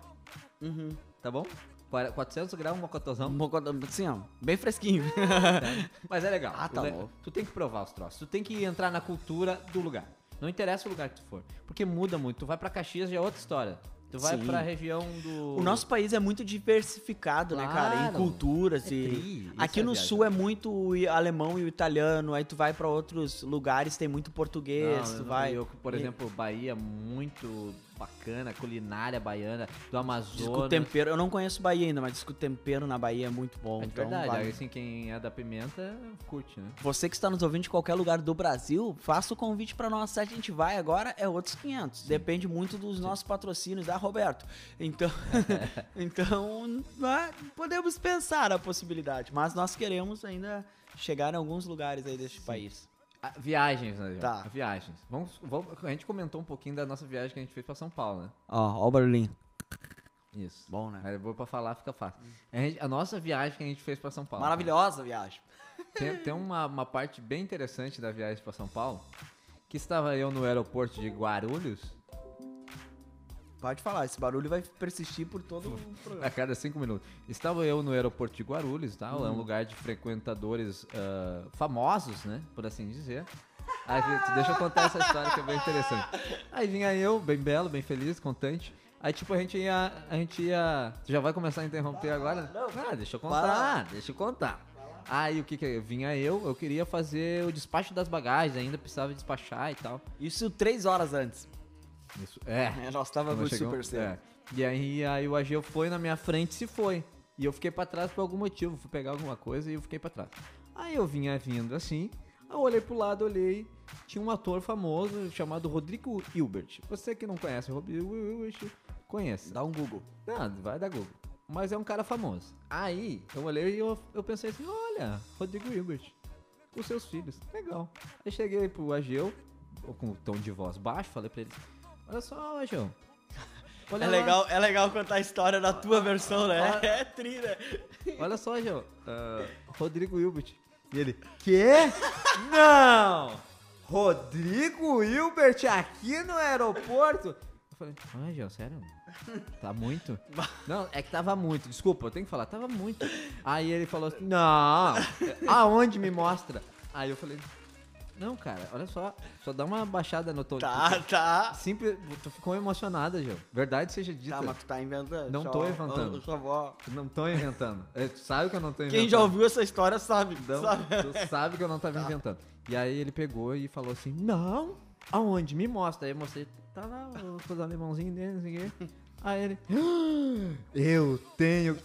Speaker 2: Uhum.
Speaker 1: tá bom? Quara- 400 graus, um mocotózão.
Speaker 2: Um pouco- Assim, ó, bem fresquinho.
Speaker 1: Mas é legal.
Speaker 2: Ah, tá
Speaker 1: Le-
Speaker 2: louco.
Speaker 1: Tu tem que provar os troços. Tu tem que entrar na cultura do lugar. Não interessa o lugar que tu for. Porque muda muito. Tu vai pra Caxias já é outra história. Tu vai
Speaker 2: Sim.
Speaker 1: pra região do.
Speaker 2: O nosso país é muito diversificado, né, cara? Em
Speaker 1: Claro.
Speaker 2: culturas
Speaker 1: É
Speaker 2: e.
Speaker 1: tri, isso
Speaker 2: Aqui
Speaker 1: é
Speaker 2: no
Speaker 1: viagem.
Speaker 2: sul é muito o i- alemão e o italiano, aí tu vai pra outros lugares, tem muito
Speaker 1: Não,
Speaker 2: português,
Speaker 1: eu
Speaker 2: tu
Speaker 1: não-
Speaker 2: é vai.
Speaker 1: eu, por
Speaker 2: E-
Speaker 1: exemplo, Bahia, muito bacana, culinária baiana, do
Speaker 2: Diz que o
Speaker 1: Amazonas.
Speaker 2: tempero, eu não conheço Bahia ainda, mas diz que o tempero na Bahia é muito bom.
Speaker 1: É de
Speaker 2: então,
Speaker 1: verdade.
Speaker 2: vale.
Speaker 1: Assim, quem é da pimenta, curte, né?
Speaker 2: Você que está nos ouvindo de qualquer lugar do Brasil, faça o convite para nós. Se a gente vai agora, é outros 500. Depende muito dos nossos patrocínios, ah, Roberto? Então, então ah, podemos pensar a possibilidade, mas nós queremos ainda chegar em alguns lugares aí deste país.
Speaker 1: Ah, viagens, né?
Speaker 2: Tá.
Speaker 1: Viagens. Vamos, vamos- a gente comentou um pouquinho da nossa viagem que a gente fez pra São Paulo, né?
Speaker 2: Ó, ó o barulhinho.
Speaker 1: Isso.
Speaker 2: Bom, né?
Speaker 1: É boa pra falar, fica fácil. A, gente- a nossa viagem que a gente fez pra São Paulo. cara.
Speaker 2: Maravilhosa a viagem.
Speaker 1: Tem, tem uma, uma parte bem interessante da viagem pra São Paulo, que estava eu no aeroporto de Guarulhos,
Speaker 2: Pode falar, esse barulho vai persistir por todo o programa.
Speaker 1: a cada cinco minutos. Estava eu no aeroporto de Guarulhos, tá?
Speaker 2: Uhum.
Speaker 1: É um lugar de frequentadores ah, famosos, né? Por assim dizer. Aí, gente, deixa eu contar essa história que é bem interessante. Aí vinha eu, bem belo, bem feliz, contente. Aí, tipo, a gente ia. A gente ia. Tu já vai começar a interromper agora?
Speaker 2: não,
Speaker 1: ah, deixa eu
Speaker 2: vai lá.
Speaker 1: contar, deixa eu contar. Aí o que que é? Vinha eu, eu queria fazer o despacho das bagagens, ainda precisava despachar e tal.
Speaker 2: Isso três horas antes.
Speaker 1: Isso, é.
Speaker 2: É, nós tava
Speaker 1: Quando
Speaker 2: muito
Speaker 1: chegou-
Speaker 2: super cedo.
Speaker 1: é. E aí, aí o Ageu foi na minha frente e se foi. E eu fiquei pra trás por algum motivo. Fui pegar alguma coisa e eu fiquei pra trás. Aí eu vinha vindo assim. Aí eu olhei pro lado, olhei. Tinha um ator famoso chamado Rodrigo Hilbert. Você que não conhece o Rodrigo Hilbert, conhece.
Speaker 2: Dá um Google.
Speaker 1: Não, vai dar Google. Mas é um cara famoso. Aí eu olhei e eu, eu pensei assim: olha, Rodrigo Hilbert, os seus filhos, legal. Aí cheguei pro Ageu, com o tom de voz baixo, falei pra ele: olha só, Ageu. olha
Speaker 2: É
Speaker 1: lá,
Speaker 2: legal, é legal contar a história da tua versão, né?
Speaker 1: Ah.
Speaker 2: É tri, né?
Speaker 1: Olha só, Ageu. ah, Rodrigo Hilbert. E ele: quê? Não! Rodrigo Hilbert aqui no aeroporto? Eu falei: ah, Ageu, sério? Tá muito? Não, é que tava muito, desculpa, eu tenho que falar, tava muito. Aí ele falou assim, não, aonde me mostra? Aí eu falei, não, cara, olha só, só dá uma baixada no tom.
Speaker 2: Tá, tá.
Speaker 1: Simples, tu ficou emocionada, Gil. Verdade seja dita.
Speaker 2: Tá, mas tu tá inventando.
Speaker 1: Não
Speaker 2: Só-
Speaker 1: tô inventando.
Speaker 2: eu só vou-
Speaker 1: Não tô inventando. É, Tu sabe que eu não tô inventando.
Speaker 2: Quem já ouviu essa história sabe.
Speaker 1: Não,
Speaker 2: sabe?
Speaker 1: tu sabe Tá. que eu não tava inventando. E aí ele pegou e falou assim: Não, aonde? Me mostra. Aí eu mostrei, tá lá os alemãozinhos dele, não sei o quê. Aí ele, "Ah, eu tenho.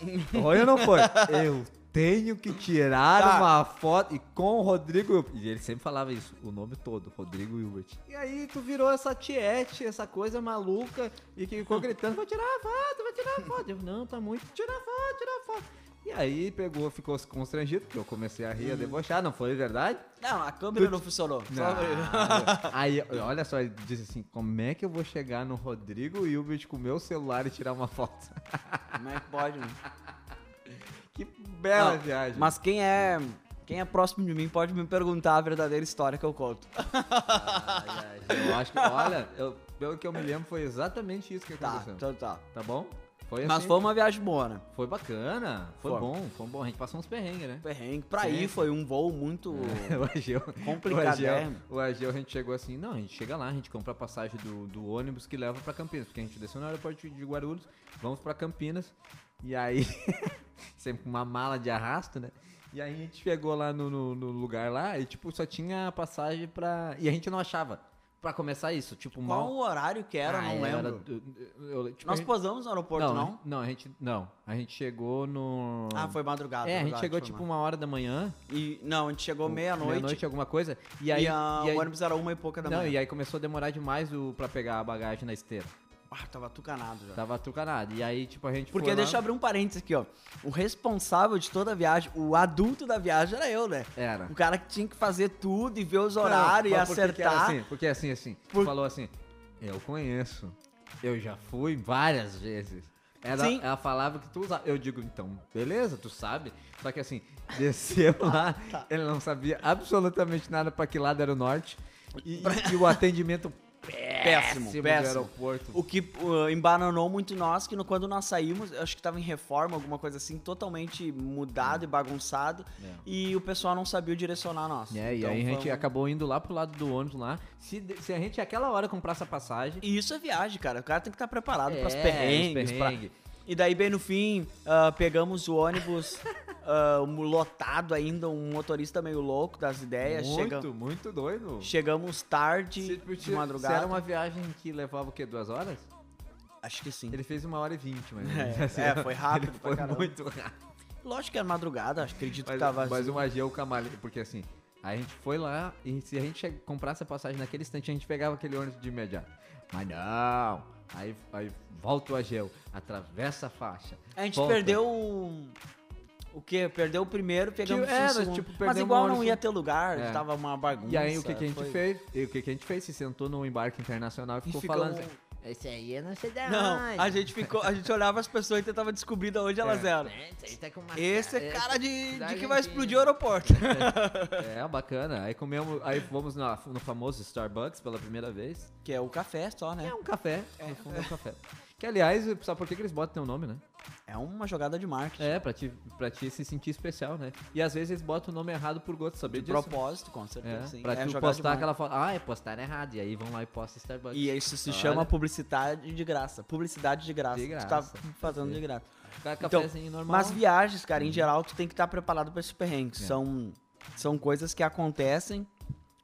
Speaker 1: Olha, não foi. Eu tenho que tirar
Speaker 2: Tá.
Speaker 1: uma foto e com o Rodrigo Hilbert. E ele sempre falava isso, o nome todo, Rodrigo Hilbert. E aí tu virou essa tiete, essa coisa maluca, e que ficou gritando, vou tirar a foto, vou tirar a foto. Eu, não, tá muito, tira a foto, tira a foto. E aí pegou, ficou constrangido, porque eu comecei a rir, a debochar, não foi verdade?
Speaker 2: Não, a câmera não funcionou. Só-
Speaker 1: Não. Aí, olha só, ele disse assim: como é que eu vou chegar no Rodrigo Hilbert com o meu celular e tirar uma foto?
Speaker 2: Como é que pode, né?
Speaker 1: Que bela
Speaker 2: Não,
Speaker 1: viagem.
Speaker 2: Mas quem é. Quem é próximo de mim pode me perguntar a verdadeira história que eu conto.
Speaker 1: Tá. Ai, ai, eu acho que, olha, eu- pelo que eu me lembro, foi exatamente isso que
Speaker 2: Tá,
Speaker 1: aconteceu.
Speaker 2: então tá.
Speaker 1: Tá bom? Foi
Speaker 2: Mas
Speaker 1: assim,
Speaker 2: foi uma viagem boa, né?
Speaker 1: foi bacana, foi,
Speaker 2: Foi.
Speaker 1: bom, foi bom. A gente passou uns perrengues, né?
Speaker 2: Perrengue. Pra
Speaker 1: Sim.
Speaker 2: ir foi um voo muito
Speaker 1: O Ageu. O
Speaker 2: complicado.
Speaker 1: Ageu,
Speaker 2: né?
Speaker 1: o Ageu, a gente chegou assim, não, a gente chega lá, a gente compra a passagem do, do ônibus que leva pra Campinas, porque a gente desceu no aeroporto de Guarulhos, vamos pra Campinas, e aí, sempre com uma mala de arrasto, né? E aí a gente chegou lá no, no- no lugar lá e, tipo, só tinha a passagem pra... E a gente não achava, pra começar isso, tipo,
Speaker 2: Qual
Speaker 1: mal...
Speaker 2: o horário que era?
Speaker 1: Ah,
Speaker 2: não lembro.
Speaker 1: eu- eu- tipo, a
Speaker 2: Nós
Speaker 1: gente-
Speaker 2: posamos no aeroporto, não?
Speaker 1: a gente- não, a gente, não, a gente chegou no...
Speaker 2: Ah, foi madrugada.
Speaker 1: É, a gente
Speaker 2: verdade,
Speaker 1: chegou,
Speaker 2: foi
Speaker 1: tipo,
Speaker 2: madrugada.
Speaker 1: uma hora da manhã,
Speaker 2: E, não, a gente chegou meia-noite.
Speaker 1: meia-noite, alguma coisa.
Speaker 2: e
Speaker 1: E aí,
Speaker 2: a-
Speaker 1: e aí-
Speaker 2: o ônibus era uma e pouca da
Speaker 1: não,
Speaker 2: manhã.
Speaker 1: e aí começou a demorar demais o, pra pegar a bagagem na esteira.
Speaker 2: Ah, tava tucanado já.
Speaker 1: Tava trucanado. E aí, tipo, a gente
Speaker 2: Porque
Speaker 1: Tá. foi
Speaker 2: deixa eu
Speaker 1: lá...
Speaker 2: abrir um parênteses aqui, ó. O responsável de toda a viagem, o adulto da viagem era eu, né?
Speaker 1: Era.
Speaker 2: O cara que tinha que fazer tudo e ver os
Speaker 1: Não,
Speaker 2: horários e
Speaker 1: mas por que que era
Speaker 2: acertar.
Speaker 1: assim? Porque assim, assim,
Speaker 2: Por-
Speaker 1: falou assim, eu conheço, eu já fui várias vezes. Era
Speaker 2: Sim.
Speaker 1: a palavra que tu usava. Eu digo, então, beleza, tu sabe. Só que assim, desceu
Speaker 2: Tá,
Speaker 1: lá, ele não sabia absolutamente nada pra que lado era o norte. E, e o atendimento péssimo, do
Speaker 2: péssimo.
Speaker 1: aeroporto.
Speaker 2: O que uh, embananou muito nós, que no- quando nós saímos, eu acho que tava em reforma, alguma coisa assim, totalmente mudado e bagunçado.
Speaker 1: É.
Speaker 2: E o pessoal não sabia direcionar nós.
Speaker 1: É, e
Speaker 2: Então
Speaker 1: aí a
Speaker 2: foi
Speaker 1: gente
Speaker 2: um-
Speaker 1: acabou indo lá pro lado do ônibus lá. Se, se a gente aquela hora comprasse a passagem.
Speaker 2: E isso é viagem, cara. O cara tem que estar preparado pras
Speaker 1: é,
Speaker 2: perrengues.
Speaker 1: os
Speaker 2: pra-
Speaker 1: perrengue.
Speaker 2: E daí, bem no fim, ah, pegamos o ônibus ah, um lotado ainda, um motorista meio louco das ideias.
Speaker 1: Muito,
Speaker 2: chega-
Speaker 1: muito doido.
Speaker 2: Chegamos tarde,
Speaker 1: Se-
Speaker 2: de
Speaker 1: se era
Speaker 2: madrugada.
Speaker 1: uma viagem que levava o quê? Duas horas?
Speaker 2: Acho que sim.
Speaker 1: Ele fez uma hora e vinte, mas.
Speaker 2: É, é, foi rápido pra
Speaker 1: assim. Foi
Speaker 2: caramba.
Speaker 1: muito rápido.
Speaker 2: Lógico que era madrugada, acho- acredito que
Speaker 1: Mas,
Speaker 2: tava
Speaker 1: mas
Speaker 2: assim.
Speaker 1: uma G é o Camale, porque assim. A gente foi lá e se a gente che- comprasse a passagem naquele instante, a gente pegava aquele ônibus de imediato. Mas não! Aí, aí volta o Ageu, atravessa a faixa.
Speaker 2: A gente
Speaker 1: volta.
Speaker 2: perdeu o... O quê? Perdeu o primeiro, pegamos
Speaker 1: Tipo, é,
Speaker 2: o
Speaker 1: nós,
Speaker 2: segundo.
Speaker 1: tipo,
Speaker 2: mas
Speaker 1: perdemos
Speaker 2: igual
Speaker 1: o
Speaker 2: não
Speaker 1: ônibus.
Speaker 2: ia ter lugar,
Speaker 1: É.
Speaker 2: tava uma bagunça.
Speaker 1: E aí o que, que a gente
Speaker 2: é, foi-
Speaker 1: fez? E o que, que a gente fez? Se sentou no embarque internacional e
Speaker 2: E
Speaker 1: ficou
Speaker 2: ficou
Speaker 1: falando.
Speaker 2: um-
Speaker 1: assim, Esse aí eu não sei da
Speaker 2: Não, a gente ficou, a gente olhava as pessoas e tentava descobrir de onde elas
Speaker 1: É.
Speaker 2: eram.
Speaker 1: Né? tá
Speaker 2: Esse é cara de, de que vai explodir o aeroporto.
Speaker 1: É, bacana. Aí comemos, aí fomos na- no famoso Starbucks pela primeira vez.
Speaker 2: Que é o café só,
Speaker 1: É
Speaker 2: né?
Speaker 1: um café. no fundo É um café. Que aliás, sabe por que que eles botam teu nome, né?
Speaker 2: É uma jogada de marketing.
Speaker 1: É, pra te, pra te se sentir especial, né? E às vezes eles botam o nome errado por gosto, saber
Speaker 2: De
Speaker 1: disso?
Speaker 2: propósito, com certeza,
Speaker 1: É,
Speaker 2: sim.
Speaker 1: pra
Speaker 2: É
Speaker 1: tu
Speaker 2: jogada de
Speaker 1: postar
Speaker 2: marketing.
Speaker 1: aquela foto. Ah, é postar errado. E aí vão lá e postam Starbucks.
Speaker 2: E isso se
Speaker 1: Olha.
Speaker 2: chama publicidade de graça. Publicidade de graça.
Speaker 1: De
Speaker 2: Tu tá
Speaker 1: graça.
Speaker 2: fazendo de graça.
Speaker 1: Tá,
Speaker 2: Então,
Speaker 1: cafezinho normal. Uhum. É.
Speaker 2: Mas viagens, cara, em geral, tu tem que estar preparado pra esses perrengues. São, são coisas que acontecem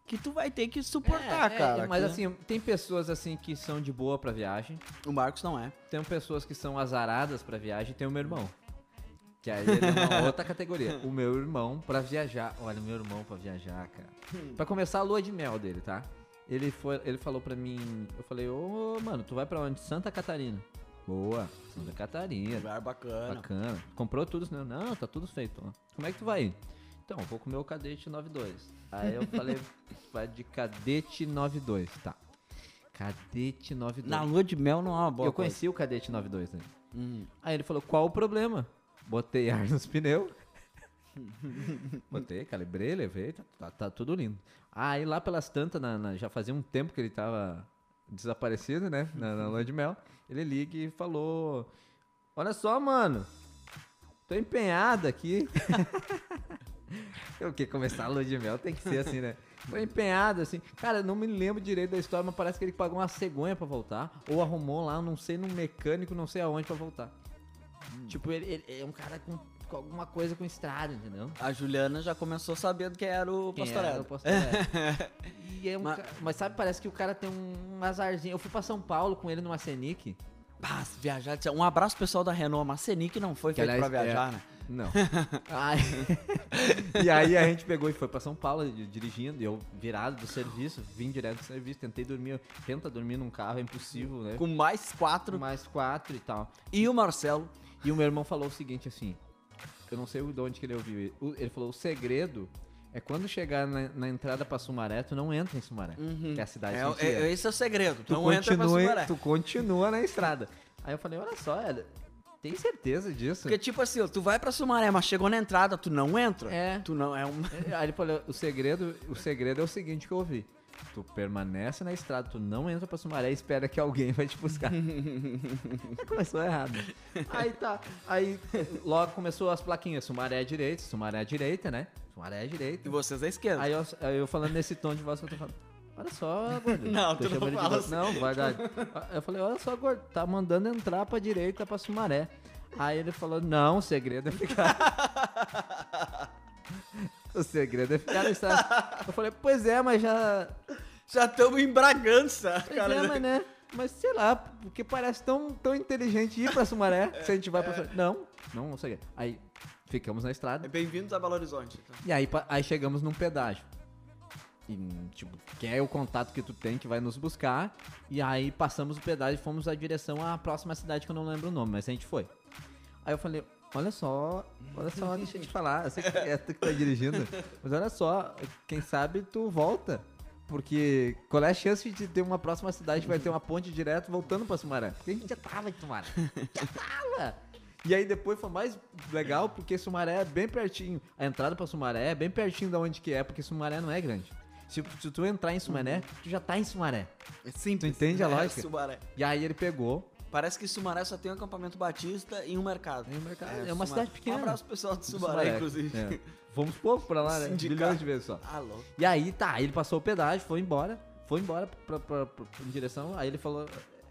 Speaker 2: que tu vai ter que suportar,
Speaker 1: É, é,
Speaker 2: cara. né?
Speaker 1: mas
Speaker 2: que
Speaker 1: assim, tem pessoas assim que são de boa pra viagem,
Speaker 2: O Marcos não é.
Speaker 1: tem pessoas que são azaradas pra viagem, tem o meu irmão. Que aí ele é uma outra categoria. O meu irmão pra viajar. Olha, o meu irmão pra viajar, cara. Pra começar a lua de mel dele, tá? Ele, foi, ele falou pra mim, eu falei, ô mano, tu vai pra onde? Santa Catarina. Boa, Santa Catarina.
Speaker 2: Lugar bacana.
Speaker 1: É. Bacana. Comprou tudo, né? Não, tá tudo feito. ó. Como é que tu vai? ir? Então, eu vou comer o cadete 92. Aí eu falei, vai de cadete 92, tá. Cadete 92.
Speaker 2: Na lua de mel não é uma boa
Speaker 1: eu conheci o cadete 92, né?
Speaker 2: coisa. Hum.
Speaker 1: Aí ele falou, qual o problema? Botei ar nos pneus. Botei, calibrei, levei, tá, tá- tá tudo lindo. Aí lá pelas tantas, na- na- já fazia um tempo que ele tava desaparecido, né? Na, na lua de mel. Ele liga e falou: Olha só, mano, tô empenhado aqui. Porque começar a lua de mel tem que ser assim, né? Tô empenhado, assim. Cara, eu não me lembro direito da história, mas parece que ele pagou uma cegonha pra voltar. Ou arrumou lá, não sei, num mecânico, não sei aonde pra voltar. Tipo, ele, ele é um cara com, com alguma coisa com estrada, entendeu?
Speaker 2: A Juliana já começou sabendo quem era o
Speaker 1: Quem
Speaker 2: Pastorello.
Speaker 1: era o Pastorello. E é um
Speaker 2: Mas-
Speaker 1: ca- mas, sabe, parece que o cara tem um azarzinho. Eu fui pra São Paulo com ele numa Senic.
Speaker 2: Ah, se viajar. Um abraço pessoal da Renault, mas Senic não foi
Speaker 1: Que,
Speaker 2: feito
Speaker 1: aliás,
Speaker 2: pra viajar,
Speaker 1: é-
Speaker 2: né?
Speaker 1: Não. Ai. e aí a gente pegou e foi pra São Paulo eu dirigindo. e Eu virado do serviço, vim direto do serviço, tentei dormir. Tenta dormir num carro, é impossível, né?
Speaker 2: Com mais quatro.
Speaker 1: Mais quatro e tal.
Speaker 2: E o Marcelo.
Speaker 1: E o meu irmão falou o seguinte assim: eu não sei de onde que ele ouviu. o- Ele falou: o segredo é quando chegar na, na entrada pra Sumaré, tu não entra em Sumaré, que é a cidade
Speaker 2: É,
Speaker 1: sem dinheiro.
Speaker 2: é- esse é o segredo.
Speaker 1: tu
Speaker 2: não entra pra né?
Speaker 1: continua,
Speaker 2: segurar.
Speaker 1: tu continua na estrada. Aí eu falei, olha só, ela, tem certeza disso?
Speaker 2: Porque, tipo assim, ó, tu vai pra Sumaré, mas chegou na entrada, tu não entra.
Speaker 1: É.
Speaker 2: Tu não é um.
Speaker 1: Aí ele falou, o segredo, o segredo é o seguinte que eu ouvi. Tu permanece na estrada, tu não entra pra Sumaré e espera que alguém vai te buscar. Já começou errado. Aí tá. Aí logo começou as plaquinhas. Sumaré à direita, Sumaré à direita, né? Sumaré à direita.
Speaker 2: E vocês à esquerda.
Speaker 1: Aí eu, aí eu falando nesse tom de voz que eu tô falando. Olha só, gordo.
Speaker 2: Não,
Speaker 1: Tô
Speaker 2: tu não
Speaker 1: chamando ele de
Speaker 2: fala
Speaker 1: gordo.
Speaker 2: assim.
Speaker 1: Não, verdade. Eu falei, olha só, gordo, tá mandando entrar pra direita pra Sumaré. Aí ele falou, não, o segredo é ficar. o segredo é ficar no estado. Eu falei, pois é, mas já.
Speaker 2: Já estamos em Bragança,
Speaker 1: Pois
Speaker 2: cara.
Speaker 1: é, mas né? Mas sei lá, porque parece tão, tão inteligente ir pra Sumaré se a gente vai pra.
Speaker 2: É.
Speaker 1: Sumaré. Não, não, não sei. Aí ficamos na estrada.
Speaker 2: Bem-vindos a Belo Horizonte. tá? cara.
Speaker 1: E aí, pa- aí chegamos num pedágio. E, tipo, que é o contato que tu tem que vai nos buscar. E aí passamos o pedágio e fomos a direção à próxima cidade que eu não lembro o nome, mas a gente foi. Aí eu falei, olha só, olha só, deixa eu te falar. Eu sei que é tu que tá dirigindo, mas olha só, quem sabe tu volta. Porque qual é a chance de ter uma próxima cidade que vai ter uma ponte direto voltando pra Sumaré? Porque a gente já tava em Sumaré. Já tava! E aí depois foi mais legal porque Sumaré é bem pertinho. A entrada pra Sumaré é bem pertinho da onde que é, porque Sumaré não é grande. Se, se tu entrar em Sumaré, tu já tá em Sumaré.
Speaker 2: Uhum. É simples.
Speaker 1: Tu entende a
Speaker 2: É,
Speaker 1: lógica?
Speaker 2: Sumaré.
Speaker 1: E aí ele pegou.
Speaker 2: Parece que Sumaré só tem um acampamento batista e um mercado.
Speaker 1: E um mercado. É uma
Speaker 2: Sumaré.
Speaker 1: cidade pequena.
Speaker 2: Um abraço pro pessoal de Sumaré, inclusive.
Speaker 1: É. Vamos pouco pra lá, né?
Speaker 2: Sindicato.
Speaker 1: Bilhões de vezes só.
Speaker 2: Alô.
Speaker 1: E aí, tá, aí ele passou o pedágio, foi embora, foi embora pra, pra- pra- em direção, aí ele falou,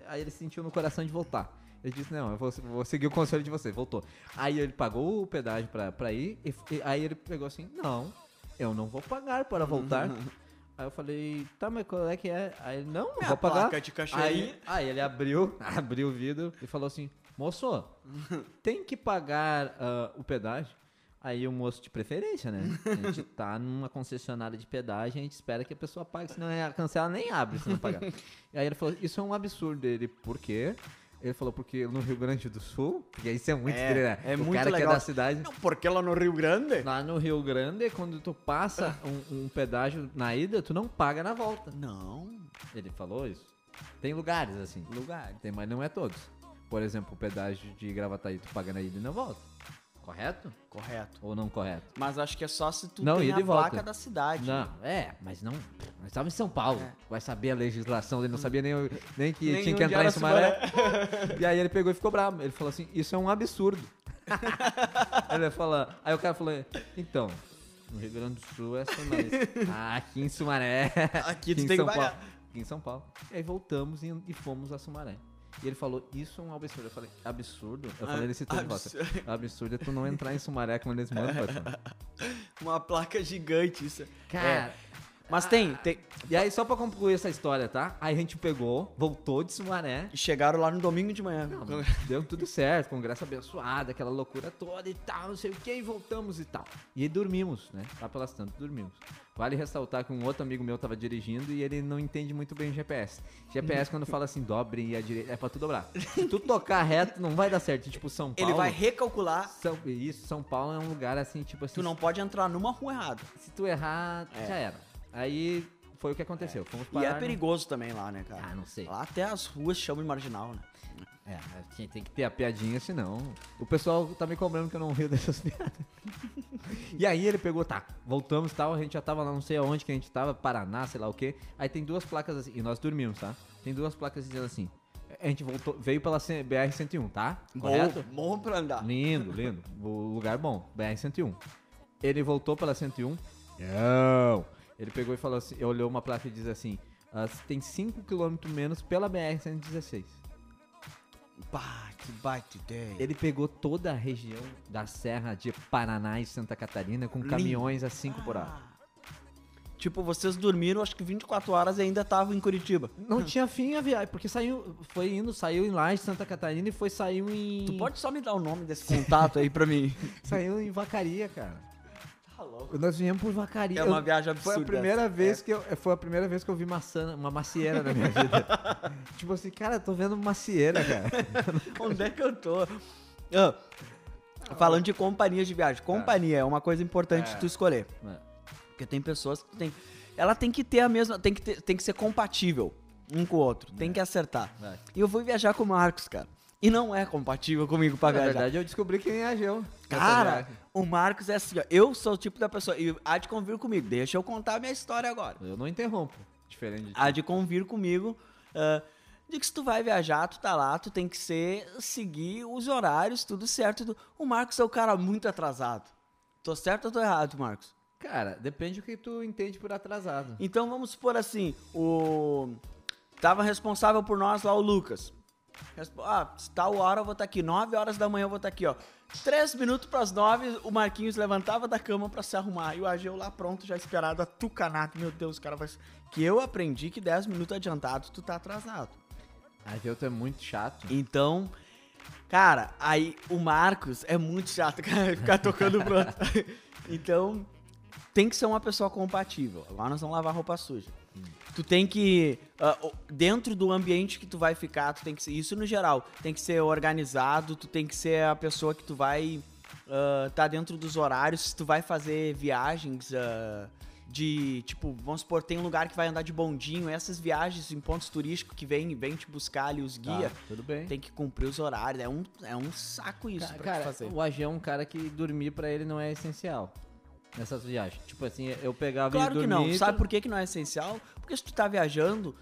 Speaker 1: aí ele sentiu no coração de voltar. Ele disse, não, eu vou, vou seguir o conselho de você, voltou. Aí ele pagou o pedágio pra, pra ir, e, f- e aí ele pegou assim, não, eu não vou pagar para voltar.
Speaker 2: Uhum.
Speaker 1: aí eu falei, tá, mas qual é que é? Aí ele, não, eu
Speaker 2: É
Speaker 1: vou
Speaker 2: a
Speaker 1: pagar.
Speaker 2: placa de cachoeirinha.
Speaker 1: Aí, aí ele abriu, abriu o vidro e falou assim, moço, tem que pagar ah, o pedágio. Aí o moço de preferência, né? A gente tá numa concessionária de pedágio, a gente espera que a pessoa pague, senão é- cancela nem abre se não pagar. E aí ele falou, isso é um absurdo. Ele, por quê? Ele falou, porque no Rio Grande do Sul, porque isso é muito
Speaker 2: É,
Speaker 1: estranho, né?
Speaker 2: é
Speaker 1: o
Speaker 2: muito
Speaker 1: cara que é
Speaker 2: legal.
Speaker 1: da cidade.
Speaker 2: Não, porque lá no Rio Grande?
Speaker 1: Lá no Rio Grande, quando tu passa um, um pedágio na ida, tu não paga na volta.
Speaker 2: Não.
Speaker 1: Ele falou isso. Tem lugares assim.
Speaker 2: Lugar.
Speaker 1: Tem, mas não é todos. Por exemplo, o pedágio de Gravataí, tu paga na ida e na volta. Correto?
Speaker 2: Correto.
Speaker 1: Ou não correto?
Speaker 2: Mas acho que é só se tu
Speaker 1: Não,
Speaker 2: tem
Speaker 1: ida e
Speaker 2: a
Speaker 1: volta.
Speaker 2: placa da cidade.
Speaker 1: Não, é, mas não. Nós estávamos em São Paulo.
Speaker 2: É.
Speaker 1: Vai saber a legislação, ele não sabia nem, o- nem que
Speaker 2: Nem
Speaker 1: tinha que
Speaker 2: onde
Speaker 1: entrar
Speaker 2: era
Speaker 1: em Sumaré. e aí ele pegou e ficou bravo. Ele falou assim: Isso é um absurdo. ele fala, aí o cara falou: Então, no Rio Grande do Sul é assim, mas ah, aqui em Sumaré.
Speaker 2: Aqui tu tem que
Speaker 1: São
Speaker 2: pagar.
Speaker 1: Paulo, aqui em São Paulo. E aí voltamos e, e fomos a Sumaré. E ele falou, isso é um absurdo. Eu falei, absurdo? Eu falei nesse tom de voz.
Speaker 2: Ah, Absurdo.
Speaker 1: Absurdo é tu não entrar em Sumaré quando eles mandam, Batman.
Speaker 2: Uma placa gigante, isso. é.
Speaker 1: Cara,
Speaker 2: Mas tem, tem.
Speaker 1: E aí, só pra concluir essa história, tá? Aí a gente pegou, voltou de Sumaré.
Speaker 2: Chegaram lá no domingo de manhã.
Speaker 1: Não, deu tudo certo, congresso abençoado, aquela loucura toda e tal, não sei o que, e voltamos e tal. E aí dormimos, né? Lá pelas tantas, dormimos. Vale ressaltar que um outro amigo meu tava dirigindo e ele não entende muito bem o GPS. GPS, quando fala assim, dobre a direita, é pra tu dobrar. Se tu tocar reto, não vai dar certo. Tipo, São Paulo.
Speaker 2: Ele vai recalcular.
Speaker 1: São, isso, São Paulo é um lugar assim, tipo assim.
Speaker 2: Tu não pode entrar numa rua errada.
Speaker 1: Se tu errar,
Speaker 2: É.
Speaker 1: já era. Aí foi o que aconteceu. Fomos
Speaker 2: E
Speaker 1: parar.
Speaker 2: é
Speaker 1: no-
Speaker 2: perigoso também lá, né, cara?
Speaker 1: Ah, não sei.
Speaker 2: Lá até as ruas chamam de marginal, né?
Speaker 1: É, tem, tem que ter a piadinha, senão. O pessoal tá me cobrando que eu não rio dessas piadas. e aí ele pegou, tá, voltamos e tal, a gente já tava lá, não sei aonde que a gente tava, Paraná, sei lá o quê. Aí tem duas placas assim, e nós dormimos, tá? Tem duas placas dizendo assim. A gente voltou, veio pela BR-101, tá? Correto?
Speaker 2: Bom, bom pra andar.
Speaker 1: Lindo, lindo. O lugar bom, BR-101. Ele voltou pela 101. Não! Ele pegou e falou assim, olhou uma placa e diz assim, "Ah, tem 5km menos pela BR-116.
Speaker 2: Pá, que baita ideia.
Speaker 1: Ele pegou toda a região da Serra de Paraná e Santa Catarina com
Speaker 2: Lindo.
Speaker 1: caminhões a 5 por hora.
Speaker 2: Ah. Tipo, vocês dormiram acho que 24 horas e ainda estavam em Curitiba.
Speaker 1: Não tinha fim a viagem, porque saiu, foi indo, saiu em Laje, Santa Catarina e foi saiu em
Speaker 2: Tu pode só me dar o nome desse contato aí pra mim?
Speaker 1: saiu em Vacaria, cara.
Speaker 2: Tá louco.
Speaker 1: Nós viemos por Vacaria.
Speaker 2: É uma viagem
Speaker 1: Foi
Speaker 2: absurda. é.
Speaker 1: a primeira vez que eu é, foi a primeira vez que eu vi maçã, uma macieira na minha vida. tipo assim, cara, eu tô vendo macieira, cara.
Speaker 2: essa. Onde é que eu tô? Ah, Falando de companhias de viagem. Companhia é uma coisa importante
Speaker 1: É.
Speaker 2: tu escolher. Porque tem pessoas que tem. Ela tem que ter a mesma. Tem que, ter- tem que ser compatível um com o outro. Tem que acertar.
Speaker 1: É.
Speaker 2: E eu fui viajar com o Marcos, cara. E não é compatível comigo pra
Speaker 1: Na
Speaker 2: viajar.
Speaker 1: verdade, eu descobri quem é a Geo.
Speaker 2: Cara, o Marcos é assim, ó. Eu sou o tipo da pessoa. E há de convir comigo. Deixa eu contar a minha história agora.
Speaker 1: eu não interrompo. diferente de
Speaker 2: há
Speaker 1: ti.
Speaker 2: de convir comigo ah, de que se tu vai viajar, tu tá lá, tu tem que ser, seguir os horários, tudo certo. Tu- O Marcos é o cara muito atrasado. Tô certo ou tô errado, Marcos?
Speaker 1: Cara, depende do que tu entende por atrasado.
Speaker 2: Então vamos supor assim, o... Tava responsável por nós lá o Lucas. Respo- Ah, se tal hora eu vou estar aqui, 9 horas da manhã eu vou estar aqui, ó. Três minutos pras nove, o Marquinhos levantava da cama pra se arrumar. E o Ageu lá pronto, já esperado, atucanado. Meu Deus, o cara vai... Que eu aprendi que 10 minutos adiantado, tu tá atrasado.
Speaker 1: A Geuta é muito chato.
Speaker 2: Então, cara, aí o Marcos é muito chato, cara, ficar tocando pro outro. Então, tem que ser uma pessoa compatível. Agora nós vamos lavar roupa suja. Tu tem que. ah, o- dentro do ambiente que tu vai ficar, tu tem que ser. Isso no geral, tem que ser organizado, tu tem que ser a pessoa que tu vai. estar tá dentro dos horários, se tu vai fazer viagens. ah, de, tipo, vamos supor, tem um lugar que vai andar de bondinho, essas viagens em pontos turísticos que vem, vem te buscar ali os guia,
Speaker 1: Tá, tudo bem.
Speaker 2: tem que cumprir os horários. É um, é um saco isso
Speaker 1: Ca-
Speaker 2: pra
Speaker 1: cara,
Speaker 2: tu fazer.
Speaker 1: o AG é um cara que dormir pra ele não é essencial. Nessas viagens. Tipo assim, eu pegava
Speaker 2: Claro
Speaker 1: e
Speaker 2: que
Speaker 1: dormia.
Speaker 2: não. Sabe por que, que não é essencial? Porque se tu tá viajando,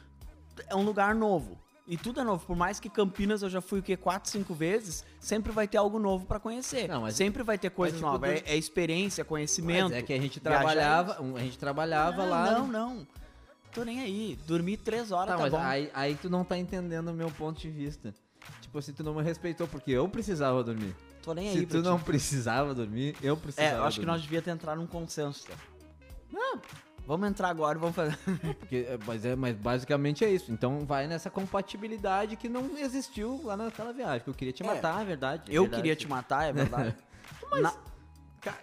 Speaker 2: é um lugar novo. E tudo é novo. Por mais que Campinas eu já fui o quê? Quatro, cinco vezes, sempre vai ter algo novo pra conhecer.
Speaker 1: Não, mas- é
Speaker 2: sempre vai ter coisas
Speaker 1: tipo,
Speaker 2: novas.
Speaker 1: do-
Speaker 2: É, é experiência, conhecimento.
Speaker 1: Mas é que a gente
Speaker 2: viajar é
Speaker 1: trabalhava, um- a gente trabalhava
Speaker 2: não,
Speaker 1: lá.
Speaker 2: Não, não. Tô nem aí. Dormi três horas,
Speaker 1: Tá,
Speaker 2: tá,
Speaker 1: mas
Speaker 2: bom.
Speaker 1: aí, aí tu não tá entendendo o meu ponto de vista. Tipo assim, tu não me respeitou porque eu precisava dormir.
Speaker 2: Tô nem
Speaker 1: Se
Speaker 2: aí. pra
Speaker 1: tu
Speaker 2: ti.
Speaker 1: não precisava dormir, eu precisava.
Speaker 2: É, eu acho que
Speaker 1: dormir.
Speaker 2: nós devíamos ter entrado num consenso.
Speaker 1: É
Speaker 2: Tá? Vamos entrar agora e vamos fazer.
Speaker 1: Porque, é, mas, é, mas basicamente é isso. Então vai nessa compatibilidade que não existiu lá naquela viagem. Que eu queria te
Speaker 2: É.
Speaker 1: matar, é verdade.
Speaker 2: Eu queria te matar, é verdade. Na-
Speaker 1: matar.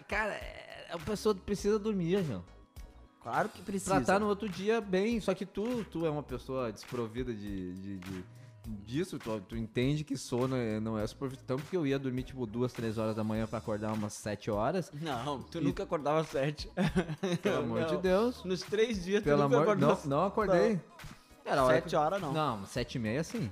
Speaker 1: Cara, é- a pessoa precisa dormir, João.
Speaker 2: Claro
Speaker 1: tá
Speaker 2: que precisa.
Speaker 1: Tratar no outro dia bem. Só que tu, tu é uma pessoa desprovida de. de- de- disso, tu, tu entende que sono é- não é superfície. Tanto que eu ia dormir tipo duas, três horas da manhã pra acordar umas sete horas.
Speaker 2: Não, tu nunca acordava às sete.
Speaker 1: Pelo amor de Deus.
Speaker 2: Nos três dias
Speaker 1: Pelo
Speaker 2: tu nunca
Speaker 1: amor de
Speaker 2: acordava
Speaker 1: Deus. Não acordei. Era a hora
Speaker 2: Sete
Speaker 1: que-
Speaker 2: horas não.
Speaker 1: Não, sete e meia sim.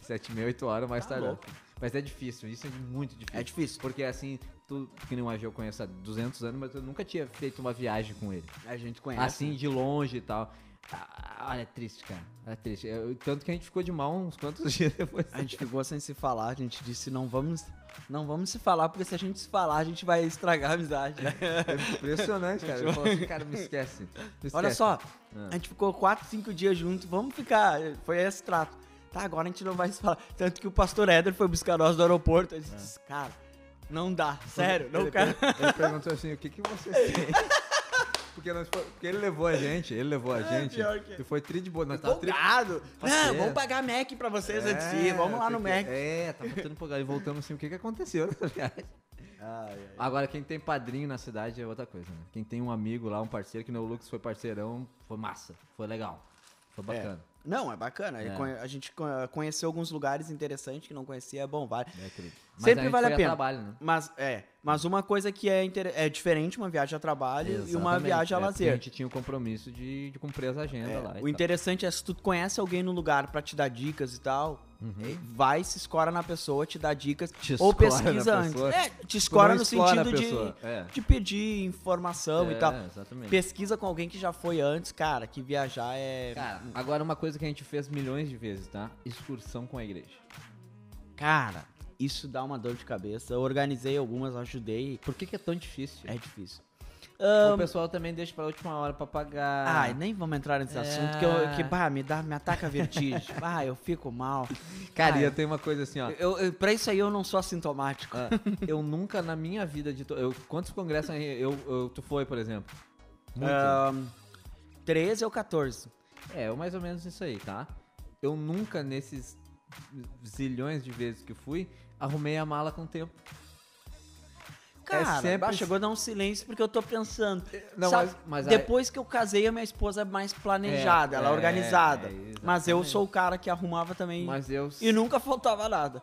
Speaker 1: Sete e meia, oito horas mais
Speaker 2: Tá
Speaker 1: tarde.
Speaker 2: louco.
Speaker 1: Mas é difícil, isso é muito difícil.
Speaker 2: É difícil.
Speaker 1: Porque assim, tu, que nem o AG eu conheço há 200 anos, mas eu nunca tinha feito uma viagem com ele.
Speaker 2: A gente conhece. né?
Speaker 1: Assim, de longe e tal. Ah, olha, é triste, cara. É triste. Eu- tanto que a gente ficou de mal uns quantos dias depois.
Speaker 2: A gente ficou sem se falar, a gente disse não vamos, não vamos se falar, porque se a gente se falar, a gente vai estragar a amizade.
Speaker 1: É impressionante, cara. Ele falou assim, cara, me esquece. me
Speaker 2: Olha
Speaker 1: esquece.
Speaker 2: só,
Speaker 1: Ah.
Speaker 2: a gente ficou quatro, cinco dias juntos, vamos ficar. Foi esse trato. Tá, agora a gente não vai se falar. Tanto que o pastor Éder foi buscar nós do aeroporto. A gente disse, cara, não dá, sério, não
Speaker 1: ele,
Speaker 2: quero.
Speaker 1: per- ele perguntou assim, o que, que você tem? Porque, nós foi- porque ele levou a gente, ele levou a
Speaker 2: É,
Speaker 1: gente.
Speaker 2: pior que-
Speaker 1: E foi tri de boa. Nós tava tri...
Speaker 2: Empolgado.
Speaker 1: Parceiro.
Speaker 2: Não, vamos pagar Mac pra vocês antes de ir, Vamos lá no
Speaker 1: porque-
Speaker 2: Mac.
Speaker 1: É, tava tudo empolgado. E voltamos assim, o que, que aconteceu nessa viagem? Agora, quem tem padrinho na cidade é outra coisa, né? Quem tem um amigo lá, um parceiro, que nem o Lucas foi parceirão, foi massa, foi legal, foi bacana.
Speaker 2: Não, é bacana.
Speaker 1: É.
Speaker 2: Conhe- A gente co- conheceu alguns lugares interessantes que não conhecia. É bom, vale.
Speaker 1: né, querido? Mas
Speaker 2: Sempre
Speaker 1: gente
Speaker 2: vale a
Speaker 1: foi
Speaker 2: pena.
Speaker 1: trabalho, né?
Speaker 2: Mas, é, mas uma coisa que é, inter- é diferente, uma viagem a trabalho e uma
Speaker 1: Exatamente,
Speaker 2: viagem a
Speaker 1: né? Porque A
Speaker 2: lazer.
Speaker 1: gente tinha o compromisso de, de cumprir as agendas
Speaker 2: É,
Speaker 1: lá. e
Speaker 2: o
Speaker 1: tal.
Speaker 2: interessante é se tu conhece alguém no lugar pra te dar dicas e tal,
Speaker 1: Uhum.
Speaker 2: vai, se escora na pessoa, te dá dicas.
Speaker 1: Te
Speaker 2: ou
Speaker 1: escora
Speaker 2: pesquisa
Speaker 1: na
Speaker 2: antes.
Speaker 1: pessoa.
Speaker 2: É, te escora
Speaker 1: não
Speaker 2: no
Speaker 1: explora a
Speaker 2: sentido
Speaker 1: pessoa,
Speaker 2: de,
Speaker 1: é.
Speaker 2: de pedir informação
Speaker 1: É,
Speaker 2: e tal.
Speaker 1: Exatamente.
Speaker 2: Pesquisa com alguém que já foi antes, cara, que viajar é.
Speaker 1: Cara, agora uma coisa que a gente fez milhões de vezes, tá? Excursão com a igreja.
Speaker 2: Cara, isso dá uma dor de cabeça. Eu organizei algumas, ajudei.
Speaker 1: Por que, que é tão difícil?
Speaker 2: É difícil.
Speaker 1: O pessoal também deixa pra última hora pra pagar.
Speaker 2: Ai, Ah, né? nem vamos entrar nesse
Speaker 1: É.
Speaker 2: assunto que, eu, que bah, me, dá, me ataca a vertigem. ah, eu fico mal.
Speaker 1: Cara,
Speaker 2: Ah,
Speaker 1: e eu tenho uma coisa assim, ó.
Speaker 2: Eu, eu, pra isso aí eu não sou assintomático.
Speaker 1: Ah, eu nunca na minha vida de. to- Eu, quantos congressos eu, eu- tu foi, por exemplo? Muito.
Speaker 2: Ahn, 13 ou 14.
Speaker 1: É, eu mais ou menos isso aí, tá? Eu nunca, nesses zilhões de vezes que fui, arrumei a mala com tempo.
Speaker 2: Cara,
Speaker 1: sempre-
Speaker 2: bah, chegou a dar um silêncio porque eu tô pensando.
Speaker 1: Não,
Speaker 2: Sabe,
Speaker 1: mas- mas aí-
Speaker 2: depois que eu casei, a minha esposa é mais planejada,
Speaker 1: É,
Speaker 2: ela é
Speaker 1: é,
Speaker 2: organizada.
Speaker 1: é,
Speaker 2: mas eu
Speaker 1: exatamente.
Speaker 2: sou o cara que arrumava também
Speaker 1: Mas eu.
Speaker 2: e nunca faltava nada.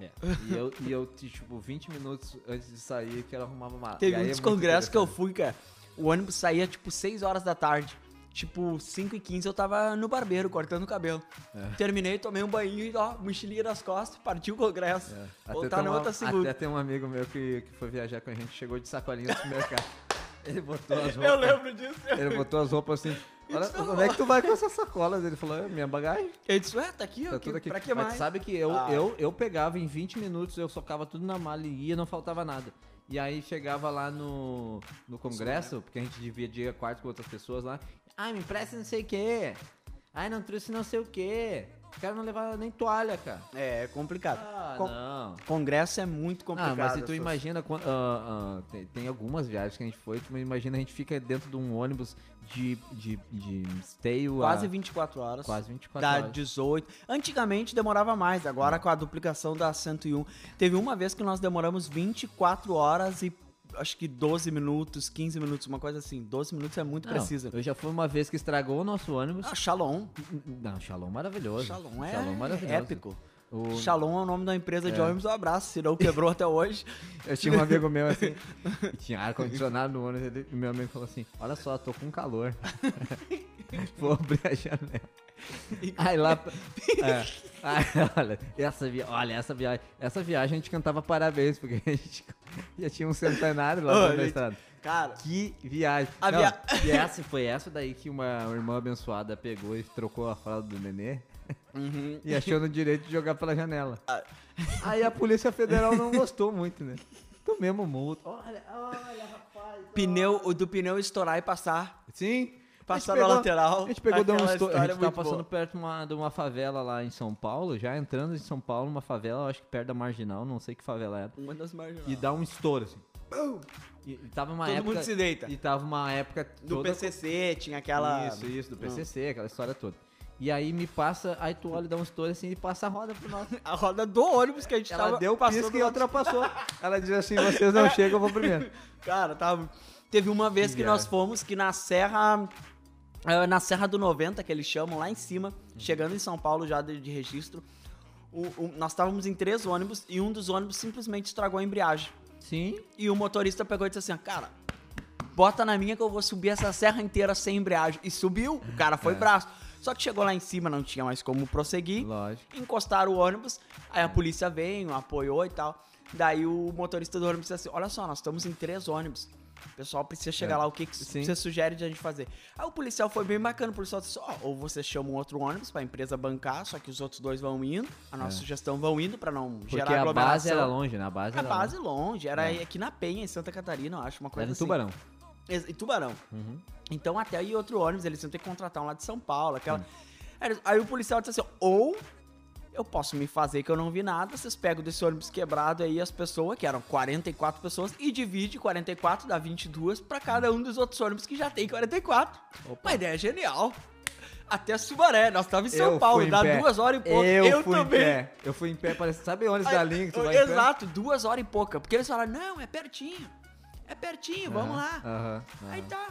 Speaker 1: É, E eu, e eu, tipo, 20 minutos antes de sair, que ela arrumava a mala. E
Speaker 2: Teve
Speaker 1: aí
Speaker 2: um
Speaker 1: é
Speaker 2: dos
Speaker 1: muito
Speaker 2: congressos que eu
Speaker 1: interessante.
Speaker 2: fui, cara. O ônibus saía tipo 6 horas da tarde. Tipo, 5 e 15 eu tava no barbeiro cortando o cabelo.
Speaker 1: É.
Speaker 2: Terminei, tomei um banho e ó, mochilinha nas costas, partiu o congresso.
Speaker 1: É. Até
Speaker 2: Voltar
Speaker 1: tem
Speaker 2: na
Speaker 1: uma-
Speaker 2: outra segunda.
Speaker 1: Até tem um amigo meu que, que foi viajar com a gente, chegou de sacolinha no supermercado. Ele botou as
Speaker 2: Eu
Speaker 1: roupas.
Speaker 2: lembro disso.
Speaker 1: Ele botou as roupas assim. Olha, como é que tu vai com essas sacolas? Ele falou, é minha bagagem.
Speaker 2: Ele disse, ué, tá aqui, ó,
Speaker 1: Tá
Speaker 2: que-
Speaker 1: tudo aqui.
Speaker 2: pra que
Speaker 1: Mas
Speaker 2: mais?
Speaker 1: sabe que eu,
Speaker 2: Ah.
Speaker 1: eu, eu pegava em 20 minutos, eu socava tudo na mala e ia, não faltava nada. E aí chegava lá no, no congresso, porque a gente dividia quarto com outras pessoas lá. Ai, me empresta não sei o quê. Ai, não trouxe não sei o quê. Os caras não levaram nem toalha, cara.
Speaker 2: É, é complicado.
Speaker 1: Ah,
Speaker 2: Con-
Speaker 1: não.
Speaker 2: Congresso é muito
Speaker 1: Ah,
Speaker 2: complicado.
Speaker 1: mas e tu
Speaker 2: essas-
Speaker 1: imagina quan- ah, ah, tem, tem algumas viagens que a gente foi, tu imagina a gente fica dentro de um ônibus de, de, de esteio a
Speaker 2: Quase 24 horas.
Speaker 1: quase 24
Speaker 2: Da
Speaker 1: horas.
Speaker 2: 18. Antigamente demorava mais, agora com a duplicação da 101. Teve uma vez que nós demoramos 24 horas e acho que 12 minutos, 15 minutos, uma coisa assim. 12 minutos é muito
Speaker 1: Não,
Speaker 2: precisa.
Speaker 1: Eu já fui uma vez que estragou o nosso ônibus.
Speaker 2: Ah, Shalom.
Speaker 1: Não, Shalom maravilhoso.
Speaker 2: Shalom é
Speaker 1: maravilhoso.
Speaker 2: épico.
Speaker 1: O-
Speaker 2: Shalom é o nome da empresa de ônibus. Um abraço, se não quebrou até hoje.
Speaker 1: Eu tinha um amigo meu assim, e tinha ar-condicionado no ônibus, ele- e meu amigo falou assim, olha só, tô com calor. Vou abrir a janela. Aí lá... é. Aí, olha, essa via, olha, essa viagem, essa viagem a gente cantava parabéns, porque a gente já tinha um centenário lá
Speaker 2: Ô,
Speaker 1: no
Speaker 2: gente,
Speaker 1: estado.
Speaker 2: Cara,
Speaker 1: Que viagem.
Speaker 2: A
Speaker 1: Não,
Speaker 2: via-
Speaker 1: E essa, foi essa daí que uma irmã abençoada pegou e trocou a fralda do nenê.
Speaker 2: uhum.
Speaker 1: E achando o direito de jogar pela janela. Aí a Polícia Federal não gostou muito, né? Tomemos multa. Olha, olha, rapaz.
Speaker 2: pneu, o do pneu estourar e passar.
Speaker 1: Sim.
Speaker 2: Passar
Speaker 1: A gente
Speaker 2: na
Speaker 1: pegou-
Speaker 2: lateral.
Speaker 1: A gente pegou, deu um
Speaker 2: Aquela
Speaker 1: esto- A
Speaker 2: história
Speaker 1: gente tava
Speaker 2: muito
Speaker 1: passando
Speaker 2: boa.
Speaker 1: perto de uma, de uma favela lá em São Paulo, já entrando em São Paulo, uma favela, eu acho que perto da Marginal, não sei que favela era.
Speaker 2: Uma das marginais.
Speaker 1: E dá um estouro, assim. E, e tava uma
Speaker 2: Todo
Speaker 1: época...
Speaker 2: mundo se deita.
Speaker 1: E tava uma época
Speaker 2: Do
Speaker 1: toda
Speaker 2: PCC, tinha aquela...
Speaker 1: Isso, isso, do PCC, aquela história toda. E aí me passa, aí tu olha, dá um estouro assim e passa a roda pro nosso.
Speaker 2: A roda do ônibus que a gente
Speaker 1: Ela
Speaker 2: tava...
Speaker 1: deu o
Speaker 2: passando
Speaker 1: pisca
Speaker 2: lá.
Speaker 1: e ultrapassou. Ela diz assim, vocês não chegam, eu vou primeiro.
Speaker 2: Cara, tava... Teve uma vez
Speaker 1: Que
Speaker 2: que, nós
Speaker 1: viagem.
Speaker 2: fomos que na Serra... eh, Na Serra do 90, que eles chamam, lá em cima, chegando em São Paulo já de, de registro, o- o- nós estávamos em três ônibus e um dos ônibus simplesmente estragou a embreagem.
Speaker 1: Sim.
Speaker 2: E o motorista pegou e disse assim, ó, cara, bota na minha que eu vou subir essa serra inteira sem embreagem. E subiu, o cara foi braço. Só que chegou lá em cima, não tinha mais como prosseguir.
Speaker 1: Lógico.
Speaker 2: encostaram o ônibus, aí a polícia veio, apoiou e tal. Daí o motorista do ônibus disse assim: Olha só, nós estamos em três ônibus. O pessoal precisa chegar
Speaker 1: É.
Speaker 2: lá, o que, que
Speaker 1: Sim.
Speaker 2: você sugere de a gente fazer? Aí o policial foi bem bacana, o policial disse: Ó, ou você chama um outro ônibus pra empresa bancar, só que os outros dois vão indo, a nossa sugestão vão indo pra não
Speaker 1: É. Porque
Speaker 2: gerar
Speaker 1: a base
Speaker 2: aglomeração.
Speaker 1: era longe, né? A base
Speaker 2: A
Speaker 1: era
Speaker 2: base
Speaker 1: longe.
Speaker 2: longe, era
Speaker 1: É.
Speaker 2: aqui na Penha, em Santa Catarina, eu acho, uma coisa
Speaker 1: Era em
Speaker 2: assim.
Speaker 1: Tubarão.
Speaker 2: Ex- Em Tubarão.
Speaker 1: Uhum.
Speaker 2: Então até aí outro ônibus, eles iam ter que contratar um lá de São Paulo, aquela. Aí eles- Aí o policial disse assim, ou eu posso me fazer que eu não vi nada, vocês pegam desse ônibus quebrado aí as pessoas, que eram 44 pessoas, e divide 44, dá 22 pra cada um dos outros ônibus que já tem 44. Uma ideia é genial. Até Sumaré, nós tava em São
Speaker 1: Eu fui
Speaker 2: Paulo,
Speaker 1: em
Speaker 2: dá
Speaker 1: pé.
Speaker 2: duas horas e pouco.
Speaker 1: Eu,
Speaker 2: Eu,
Speaker 1: fui
Speaker 2: também.
Speaker 1: em pé. Eu fui em pé, parece... Sabe onde da linha que tu vai em pé?
Speaker 2: Exato, duas horas e pouca. Porque eles falaram, não, é pertinho. É pertinho, vamos
Speaker 1: Aham,
Speaker 2: lá.
Speaker 1: aham, aham.
Speaker 2: Aí tá.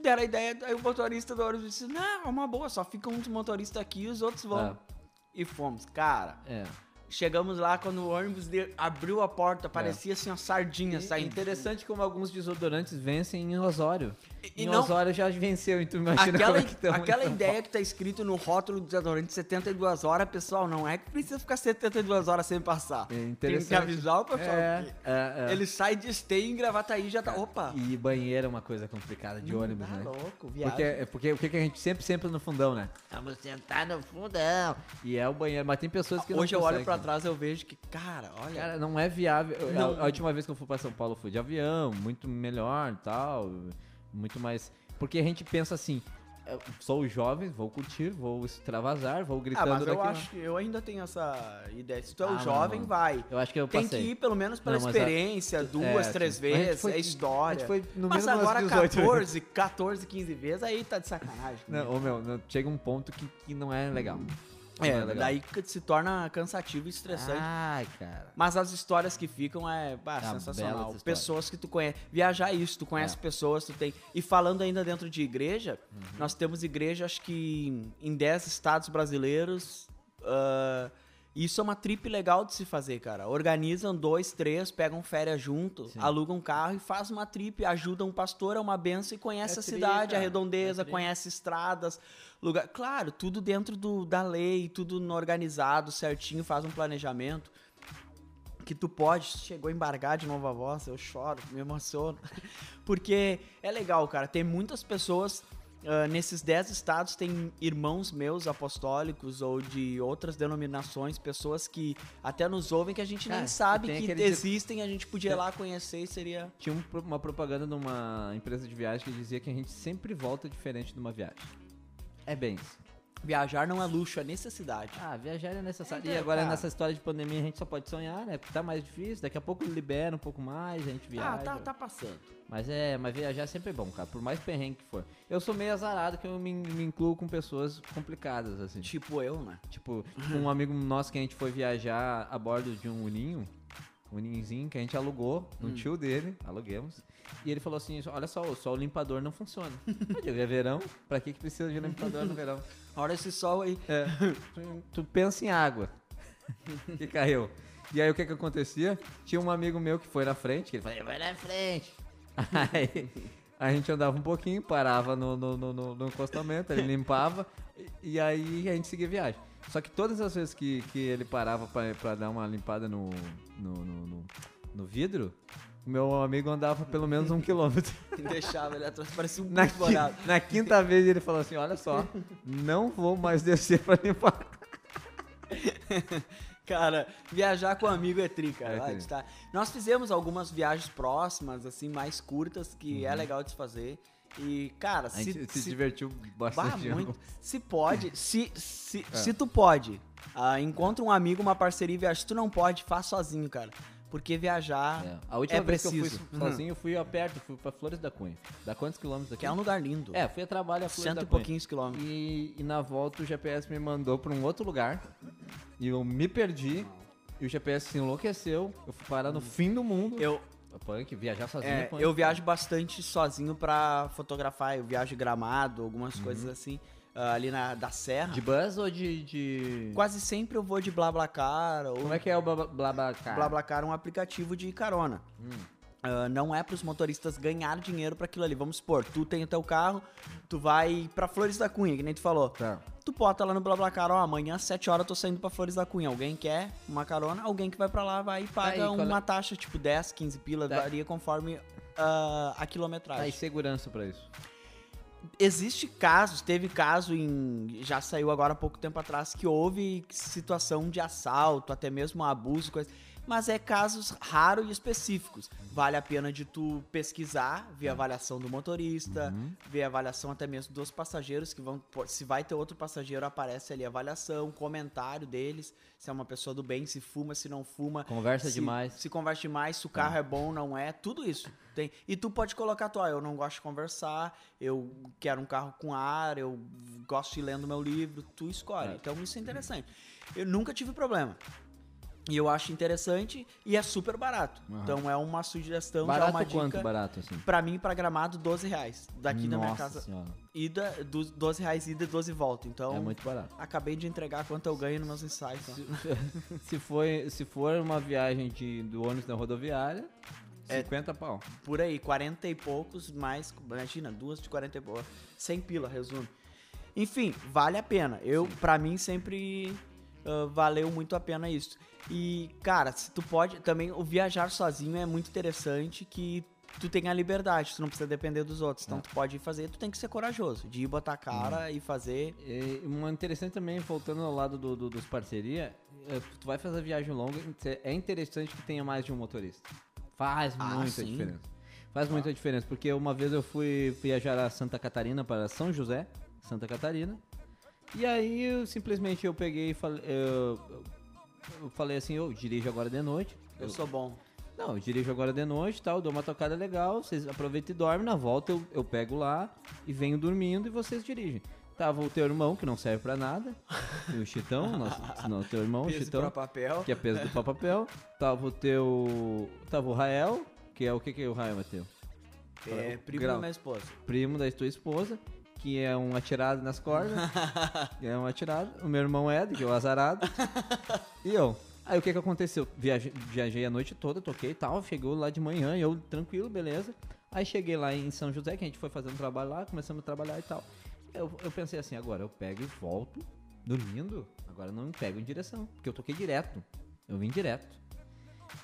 Speaker 2: Deram a ideia, aí o motorista do ônibus disse: Não, é uma boa, só fica um dos motoristas aqui e os outros vão.
Speaker 1: É.
Speaker 2: E fomos. Cara,
Speaker 1: É.
Speaker 2: chegamos lá quando o ônibus de- abriu a porta, parecia assim uma sardinha
Speaker 1: É. E, é
Speaker 2: saindo.
Speaker 1: interessante como alguns desodorantes vencem em Osório.
Speaker 2: E- e
Speaker 1: em
Speaker 2: não-
Speaker 1: Osório já venceu, então imagina
Speaker 2: Aquela,
Speaker 1: como é que tamo em
Speaker 2: aquela
Speaker 1: São
Speaker 2: ideia que tá escrito no rótulo do desodorante 72 horas, pessoal, não é que precisa ficar 72 horas sem passar.
Speaker 1: É
Speaker 2: Tem
Speaker 1: interessante.
Speaker 2: que avisar o pessoal.
Speaker 1: É,
Speaker 2: que
Speaker 1: é, é.
Speaker 2: Ele sai de esteio em gravataí e já tá. Opa!
Speaker 1: Paulo. E banheiro é uma coisa complicada de ônibus,
Speaker 2: tá
Speaker 1: né?
Speaker 2: louco, viagem.
Speaker 1: Porque, é porque o que que a gente sempre, sempre no fundão, né? Vamos sentar no fundão. E é o banheiro, mas tem pessoas que não
Speaker 2: Hoje eu olho
Speaker 1: conseguem.
Speaker 2: pra trás e eu vejo que, cara, olha.
Speaker 1: Cara, não é viável. Eu-
Speaker 2: Não.
Speaker 1: A, a última vez que eu fui pra São Paulo eu fui de avião, muito melhor e tal, muito mais... Porque a gente pensa assim, eu sou jovem, vou curtir, vou extravasar, vou
Speaker 2: Ah,
Speaker 1: gritando
Speaker 2: mas eu
Speaker 1: daqui,
Speaker 2: acho que eu ainda tenho essa ideia. Se tu é
Speaker 1: Ah,
Speaker 2: um
Speaker 1: não,
Speaker 2: jovem,
Speaker 1: não.
Speaker 2: vai.
Speaker 1: Eu acho que eu
Speaker 2: Tem
Speaker 1: passei.
Speaker 2: que ir pelo menos pela
Speaker 1: Não, mas a-
Speaker 2: experiência, duas,
Speaker 1: É,
Speaker 2: três
Speaker 1: tipo, a gente
Speaker 2: vezes,
Speaker 1: foi-
Speaker 2: é história.
Speaker 1: a gente foi no
Speaker 2: mas
Speaker 1: mínimo umas
Speaker 2: agora
Speaker 1: 18 vezes.
Speaker 2: 14, 14, 15 vezes, aí tá de sacanagem.
Speaker 1: Não, ô, meu, não- chega um ponto que, que não é legal. Não
Speaker 2: É,
Speaker 1: legal. Ah,
Speaker 2: daí que se torna cansativo e estressante.
Speaker 1: Ai, cara.
Speaker 2: Mas as histórias que ficam é bah,
Speaker 1: Ah, belas
Speaker 2: sensacional.
Speaker 1: histórias.
Speaker 2: Pessoas que tu conhece. Viajar é isso, tu conhece
Speaker 1: É. Uhum.
Speaker 2: pessoas, tu tem. E falando ainda dentro de igreja, nós temos igreja, acho que em- em 10 estados brasileiros. ah, isso é uma trip legal de se fazer, cara. Organizam dois, três, pegam férias junto,
Speaker 1: Sim.
Speaker 2: alugam um carro e faz uma trip, ajuda um pastor, é uma benção e conhece
Speaker 1: É
Speaker 2: a
Speaker 1: tri,
Speaker 2: cidade,
Speaker 1: cara.
Speaker 2: a redondeza,
Speaker 1: É tri.
Speaker 2: conhece estradas, lugar. Claro, tudo dentro do, da lei, tudo no organizado, certinho, faz um planejamento. que tu pode, chegou a embargar de novo a voz, eu choro, me emociono. Porque é legal, cara, tem muitas pessoas. ah, nesses 10 estados tem irmãos meus apostólicos ou de outras denominações, pessoas que até nos ouvem que a gente
Speaker 1: Cara,
Speaker 2: nem sabe
Speaker 1: tem
Speaker 2: que
Speaker 1: aquele-
Speaker 2: existem, a gente podia ir lá conhecer e seria.
Speaker 1: Tinha um pro- uma propaganda de uma empresa de viagem que dizia que a gente sempre volta diferente de uma viagem. É bem isso.
Speaker 2: Viajar não é luxo, é necessidade.
Speaker 1: Ah, viajar é necessário.
Speaker 2: Então,
Speaker 1: e agora
Speaker 2: tá.
Speaker 1: nessa história de pandemia a gente só pode sonhar, né? Porque tá mais difícil, daqui a pouco libera um pouco mais, a gente viaja.
Speaker 2: Ah, tá, tá passando.
Speaker 1: Mas é, mas viajar sempre é bom, cara, por mais perrengue que for. Eu sou meio azarado que eu me, me incluo com pessoas complicadas, assim.
Speaker 2: Tipo eu, né?
Speaker 1: Tipo, um amigo nosso que a gente foi viajar a bordo de um uninho, um uninhozinho que a gente alugou,
Speaker 2: Hum.
Speaker 1: um tio dele, aluguemos. E ele falou assim, olha só, só o limpador não funciona. Eu digo, é verão? Pra que que precisa de limpador no verão?
Speaker 2: Olha esse sol aí.
Speaker 1: É, tu, tu pensa em água. E caiu. E aí o que que acontecia? Tinha um amigo meu que foi na frente, que ele falou, vai na frente. Aí a gente andava um pouquinho, parava no, no, no, no- no encostamento, ele limpava, e, e aí a gente seguia a viagem. Só que todas as vezes que, que ele parava pra, pra dar uma limpada no, no, no, no- no vidro, meu amigo andava pelo menos um quilômetro.
Speaker 2: Deixava ele atrás, parecia um
Speaker 1: Na,
Speaker 2: bicho
Speaker 1: qui-
Speaker 2: bolado.
Speaker 1: na quinta vez ele falou assim: Olha só, não vou mais descer pra limpar.
Speaker 2: Cara, viajar com amigo é tri, cara.
Speaker 1: É
Speaker 2: Vai,
Speaker 1: tri.
Speaker 2: tu tá- Nós fizemos algumas viagens próximas, assim, mais curtas, que é legal de se fazer. E, cara,
Speaker 1: Uhum. A gente se,
Speaker 2: se, se,
Speaker 1: divertiu
Speaker 2: bah,
Speaker 1: bastante.
Speaker 2: muito, se pode, se, se,
Speaker 1: É.
Speaker 2: se tu pode, ah, encontra um amigo, uma parceria e viaja. Se tu não pode, faz sozinho, cara. Porque viajar
Speaker 1: É, A última
Speaker 2: É
Speaker 1: vez que eu
Speaker 2: preciso.
Speaker 1: fui sozinho, eu fui ó, perto, fui pra Flores da Cunha. Dá quantos quilômetros daqui?
Speaker 2: que é um lugar lindo.
Speaker 1: É, fui a trabalho a Flores
Speaker 2: cento
Speaker 1: da
Speaker 2: e
Speaker 1: Cunha.
Speaker 2: pouquinhos quilômetros.
Speaker 1: E, e na volta o GPS me mandou pra um outro lugar. E eu me perdi. E o GPS se enlouqueceu. Eu fui parar no fim do mundo.
Speaker 2: Eu,
Speaker 1: Punk, viajar sozinho
Speaker 2: Uhum. É,
Speaker 1: é punk.
Speaker 2: eu viajo bastante sozinho pra fotografar. Eu viajo em gramado,
Speaker 1: Uhum.
Speaker 2: algumas coisas assim, ah, ali na da serra.
Speaker 1: De bus ou de. de-
Speaker 2: Quase sempre eu vou de BlaBlaCar ou
Speaker 1: Como é que é o blablacar?
Speaker 2: BlaBlaCar é um aplicativo de carona.
Speaker 1: Hum.
Speaker 2: Ah, não é pros motoristas ganhar dinheiro pra aquilo ali. Vamos supor, tu tem o teu carro, tu vai pra Flores da Cunha, que nem tu falou.
Speaker 1: Tá.
Speaker 2: Tu bota lá no BlaBlaCar, ó, amanhã às 7 horas eu tô saindo pra Flores da Cunha. Alguém quer uma carona? Alguém que vai pra lá vai e
Speaker 1: aí,
Speaker 2: paga
Speaker 1: qual é?
Speaker 2: uma taxa, tipo 10, 15 pila,
Speaker 1: Tá.
Speaker 2: varia conforme ah, a quilometragem.
Speaker 1: Tá, e segurança pra isso.
Speaker 2: existe casos, teve caso em. Já saiu agora há pouco tempo atrás que houve situação de assalto, até mesmo abuso, coisa. Mas é casos raros e específicos. Vale a pena de tu pesquisar, ver a avaliação do motorista, ver a avaliação até mesmo dos passageiros que vão. pô, Se vai ter outro passageiro, aparece ali a avaliação, comentário deles, se é uma pessoa do bem, se fuma, se não fuma.
Speaker 1: Conversa
Speaker 2: se-
Speaker 1: demais.
Speaker 2: Se conversa demais, se o carro é bom, não é, tudo isso. Tem. E tu pode colocar tu, ah, eu não gosto de conversar, eu quero um carro com ar, eu gosto de ler no meu livro, tu escolhe.
Speaker 1: É.
Speaker 2: Então isso é interessante. Eu nunca tive problema. E eu acho interessante e é super barato.
Speaker 1: Aham.
Speaker 2: Então é uma sugestão, já é uma
Speaker 1: barato
Speaker 2: dica.
Speaker 1: quanto barato, assim?
Speaker 2: Pra mim, pra Gramado, 12 reais. Daqui da minha
Speaker 1: Nossa
Speaker 2: casa,
Speaker 1: Senhora,
Speaker 2: ida, du- 12 reais ida e 12 volta. Então,
Speaker 1: É muito barato.
Speaker 2: acabei de entregar quanto eu ganho nos meus ensaios. Então.
Speaker 1: Se, foi, se for uma viagem de, do ônibus na rodoviária,
Speaker 2: É.
Speaker 1: 50 pau.
Speaker 2: Por aí, 40 e poucos, mais. Imagina, duas de 40 e poucos. 100 pila, resumo. Enfim, vale a pena. Eu, pra mim, sempre ah, valeu muito a pena isso. E, cara, se tu pode. Também o viajar sozinho é muito interessante que tu tem a liberdade, tu não precisa depender dos outros.
Speaker 1: É.
Speaker 2: Então tu pode ir fazer, tu tem que ser corajoso. De ir botar a cara
Speaker 1: Hum.
Speaker 2: e fazer.
Speaker 1: E uma interessante também, voltando ao lado do, do- dos parceria, é, tu vai fazer viagem longa, é interessante que tenha mais de um motorista. Faz
Speaker 2: Ah,
Speaker 1: muita
Speaker 2: sim. Tá.
Speaker 1: diferença. Faz muita diferença, porque uma vez eu fui viajar a Santa Catarina para São José, Santa Catarina, e aí eu, simplesmente eu peguei e falei, eu, eu- eu falei assim, eu dirijo agora de noite.
Speaker 2: Eu sou bom.
Speaker 1: Não, eu dirijo agora de noite e tal, dou uma tocada legal, vocês aproveitam e dormem, na volta eu, eu pego lá e venho dormindo e vocês dirigem. Tava o teu irmão, que não serve pra nada, e o Chitão, nosso, não, teu irmão, o
Speaker 2: Peso pra
Speaker 1: Chitão,
Speaker 2: papel.
Speaker 1: que é peso do papel. Tava o teu... tava o Rael, que é o que que é o Rael, Matheus?
Speaker 2: É,
Speaker 1: o
Speaker 2: primo
Speaker 1: grau.
Speaker 2: da minha esposa.
Speaker 1: Primo da tua esposa, que é um atirado nas cordas, é um atirado. O meu irmão Ed, que é o azarado, e eu. Aí o que que aconteceu? Viaje- viajei a noite toda, toquei e tal, chegou lá de manhã, eu tranquilo, beleza. Aí cheguei lá em São José, que a gente foi fazendo trabalho lá, começamos a trabalhar e tal. Eu, eu pensei assim, agora eu pego e volto, dormindo, agora eu não pego em direção, porque eu toquei direto, eu vim direto.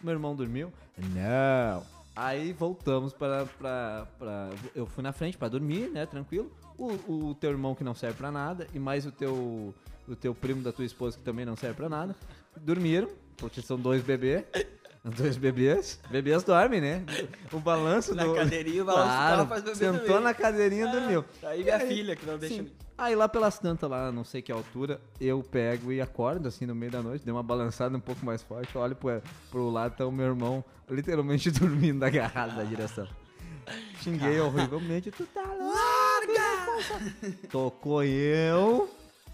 Speaker 1: Meu irmão dormiu? Não. Aí voltamos para, para, para eu fui na frente para dormir, né, tranquilo. O, o teu irmão que não serve para nada e mais o teu o teu primo da tua esposa que também não serve para nada, dormiram, porque são dois bebês. Dois bebês. Bebês dormem, né? O balanço
Speaker 2: Na
Speaker 1: do...
Speaker 2: cadeirinha, o balanço do carro faz bebê
Speaker 1: Sentou
Speaker 2: dormir.
Speaker 1: na cadeirinha e dormiu.
Speaker 2: Ah, tá Aí
Speaker 1: E
Speaker 2: minha filha, que não deixa.
Speaker 1: Sim. Aí lá pelas tantas, lá não sei que altura, eu pego e acordo assim no meio da noite, dei uma balançada um pouco mais forte, olho pro, pro lado, tá o meu irmão literalmente dormindo agarrado da direção. Xinguei horrivelmente, tu tá larga! Tocou eu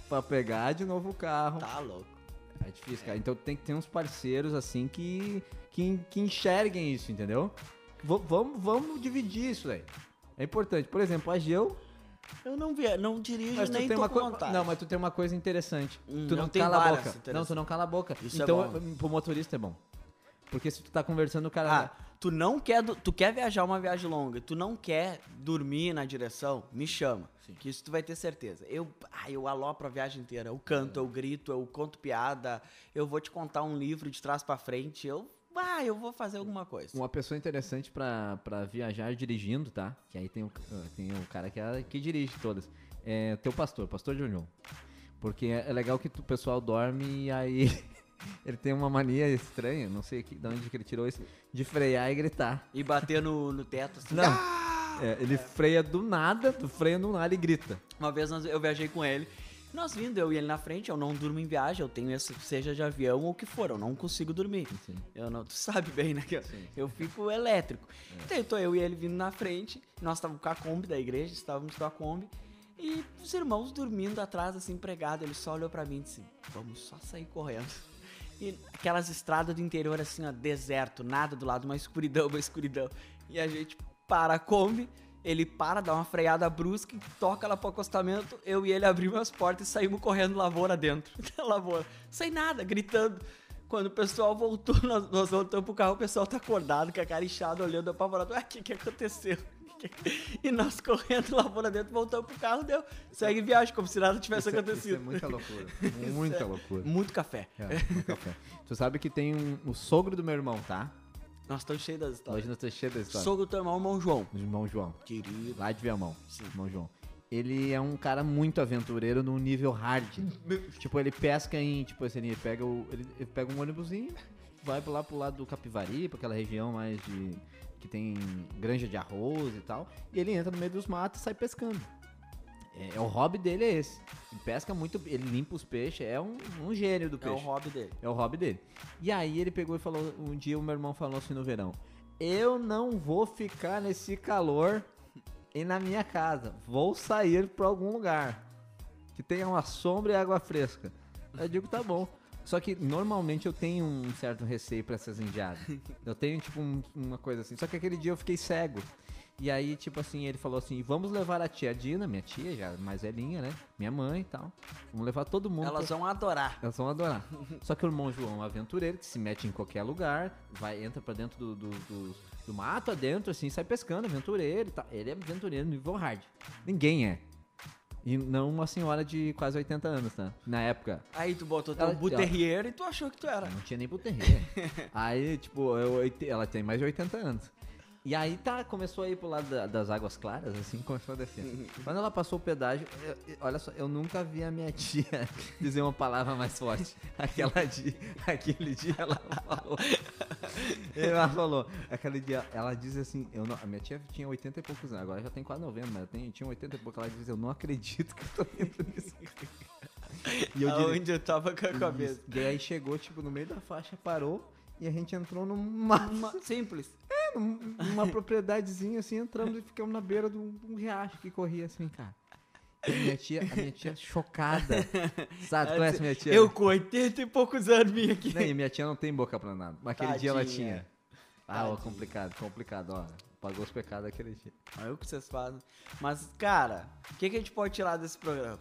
Speaker 1: pra pegar de novo o carro.
Speaker 2: Tá louco.
Speaker 1: É difícil, cara. Então tem que ter uns parceiros assim que, que, que enxerguem isso, entendeu? V- vamos, vamos dividir isso aí. É importante. Por exemplo, a Geu
Speaker 2: Eu não vi, não dirijo
Speaker 1: mas tu
Speaker 2: nem
Speaker 1: tem
Speaker 2: tô
Speaker 1: uma
Speaker 2: com
Speaker 1: coisa,
Speaker 2: vontade.
Speaker 1: não, mas tu tem uma coisa interessante.
Speaker 2: Hum,
Speaker 1: tu
Speaker 2: não
Speaker 1: não,
Speaker 2: tem
Speaker 1: cala a
Speaker 2: várias
Speaker 1: boca.
Speaker 2: interessantes.
Speaker 1: Não, tu não cala a boca.
Speaker 2: Isso é
Speaker 1: então,
Speaker 2: bom.
Speaker 1: pro motorista é bom. Porque se tu tá conversando, o cara
Speaker 2: Ah, tu não quer, du- tu quer viajar uma viagem longa, tu não quer dormir na direção, me chama. Que isso tu vai ter certeza. Eu, ah, eu alopro a viagem inteira. Eu canto, eu grito, eu conto piada, eu vou te contar um livro de trás pra frente, eu, ah, eu vou fazer alguma coisa.
Speaker 1: Uma pessoa interessante pra, pra viajar dirigindo, tá? Que aí tem o, tem o cara que, é- que dirige todas. É teu pastor, pastor de união. Porque é é legal que tu- o pessoal dorme e aí ele tem uma mania estranha, não sei que, de onde que ele tirou isso, de frear e gritar.
Speaker 2: E bater no, no teto assim.
Speaker 1: Não. É, ele freia do nada, tu freia do nada e grita.
Speaker 2: Uma vez nós- eu viajei com ele. Nós vindo, eu e ele na frente, eu não durmo em viagem, eu tenho esse, seja de avião ou o que for, eu não consigo dormir.
Speaker 1: Sim.
Speaker 2: Eu não, tu sabe bem, né? Que eu,
Speaker 1: Sim. É.
Speaker 2: eu fico elétrico. Então, eu tô eu e ele vindo na frente, nós estávamos com a Kombi da igreja, estávamos com a Kombi, e os irmãos dormindo atrás, assim, pregado. Ele só olhou pra mim e disse: Vamos só sair correndo. E aquelas estradas do interior, assim, ó, deserto, nada do lado, uma escuridão, uma escuridão. E a gente para a Kombi, ele para, dá uma freada brusca, e toca lá pro acostamento. Eu e ele abrimos as portas e saímos correndo lavoura dentro da lavoura. Sem nada, gritando. Quando o pessoal voltou, nós, nós voltamos pro carro, o pessoal tá acordado, com a cara inchada, olhando apavorado. Ah, o que, que aconteceu? E nós correndo lá fora dentro, voltamos pro carro, deu. Segue viagem, como se nada tivesse
Speaker 1: Isso é-
Speaker 2: acontecido.
Speaker 1: Isso é muita loucura. Muita loucura.
Speaker 2: Muito café.
Speaker 1: É, muito café. Tu sabe que tem um, o sogro do meu irmão, tá?
Speaker 2: Nós estamos cheios das histórias.
Speaker 1: Hoje não tô cheio da história.
Speaker 2: Sogro do teu irmão, irmão João.
Speaker 1: Do irmão João.
Speaker 2: Querido.
Speaker 1: Lá de Viamão.
Speaker 2: Sim.
Speaker 1: Irmão João. Ele é um cara muito aventureiro num nível hard. tipo, ele pesca em. Tipo assim, ele pega, o, ele, ele pega um ônibusinho, vai lá pro lado do Capivari, pra aquela região mais de. que tem granja de arroz e tal. E ele entra no meio dos matos e sai pescando. É, é o hobby dele é esse. Ele pesca muito, ele limpa os peixes, é um, um gênio do
Speaker 2: É o
Speaker 1: peixe.
Speaker 2: hobby dele.
Speaker 1: É o hobby dele. E aí ele pegou e falou, um dia o meu irmão falou assim no verão, eu não vou ficar nesse calor e na minha casa, vou sair pra algum lugar que tenha uma sombra e água fresca. Eu digo, tá bom. Só que normalmente eu tenho um certo receio pra essas indiadas. Eu tenho, tipo, um- uma coisa assim. Só que aquele dia eu fiquei cego. E aí, tipo assim, ele falou assim: vamos levar a tia Dina, minha tia, já mais velhinha, né? Minha mãe e tal. Vamos levar todo mundo. pra
Speaker 2: Elas vão adorar.
Speaker 1: elas vão adorar. Só que o irmão João é um aventureiro que se mete em qualquer lugar, vai, entra pra dentro do, do, do, do mato adentro, assim, sai pescando, aventureiro e tal. Ele é aventureiro no nível hard. Ninguém é. E não uma senhora de quase 80 anos, tá? Na época.
Speaker 2: Aí tu botou teu
Speaker 1: Ela-
Speaker 2: buterrier e tu achou que tu era.
Speaker 1: Não tinha nem pro terreiro. aí, tipo, eu- oit- ela tem mais de 80 anos. E aí tá, começou a ir pro lado da- das águas claras, assim, começou a descer. Quando ela passou o pedágio, eu- eu- olha só, eu nunca vi a minha tia dizer uma palavra mais forte. Aquela dia, aquele dia ela falou. Ela falou, aquele dia, ela diz assim, eu não- a minha tia tinha 80 e poucos anos, agora já tem quase 90, mas eu tenho- tinha 80 e pouco, ela diz, eu não acredito que eu tô vendo isso. E eu diri-
Speaker 2: Aonde eu tava com a cabeça.
Speaker 1: e aí chegou, tipo, no meio da faixa, parou e a gente entrou numa,
Speaker 2: Uma- simples.
Speaker 1: num- numa propriedadezinha, assim, entramos e ficamos na beira de um, de um riacho que corria assim, cara. E a minha tia, a minha tia chocada. Sabe, tu conhece minha tia?
Speaker 2: Eu
Speaker 1: né?
Speaker 2: com 80 e poucos anos vim aqui.
Speaker 1: Né, E minha tia não tem boca pra nada. Mas aquele dia ela
Speaker 2: Tadinha.
Speaker 1: tinha. Ah, ó,
Speaker 2: Tadinha.
Speaker 1: complicado, complicado, ó. Pagou os pecados aquele dia.
Speaker 2: Aí é o que vocês fazem. Mas, cara, o que, que a gente pode tirar desse programa?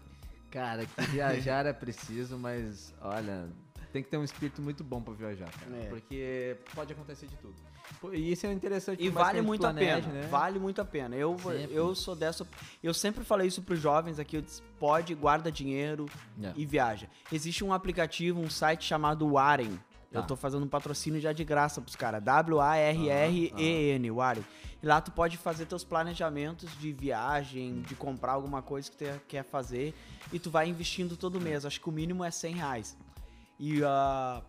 Speaker 1: Cara, que viajar é preciso, mas olha, tem que ter um espírito muito bom pra viajar, cara.
Speaker 2: É.
Speaker 1: Porque pode acontecer de tudo. Pô, E isso é interessante.
Speaker 2: E
Speaker 1: por mais que
Speaker 2: vale
Speaker 1: gente
Speaker 2: muito a
Speaker 1: planeje,
Speaker 2: pena,
Speaker 1: né?
Speaker 2: vale muito a pena. Eu,
Speaker 1: Sempre.
Speaker 2: eu sou dessa. op- Eu sempre falei isso pros jovens aqui: eu disse, pode, guarda dinheiro
Speaker 1: É.
Speaker 2: e viaja. Existe um aplicativo, um site chamado Waren.
Speaker 1: Tá.
Speaker 2: Eu tô fazendo um patrocínio já de graça pros caras.
Speaker 1: Ah.
Speaker 2: W-A-R-R-E-N, Warren. E lá tu pode fazer teus planejamentos de viagem, de comprar alguma coisa que tu quer fazer. E tu vai investindo todo mês. Acho que o mínimo é 100 reais. E ah,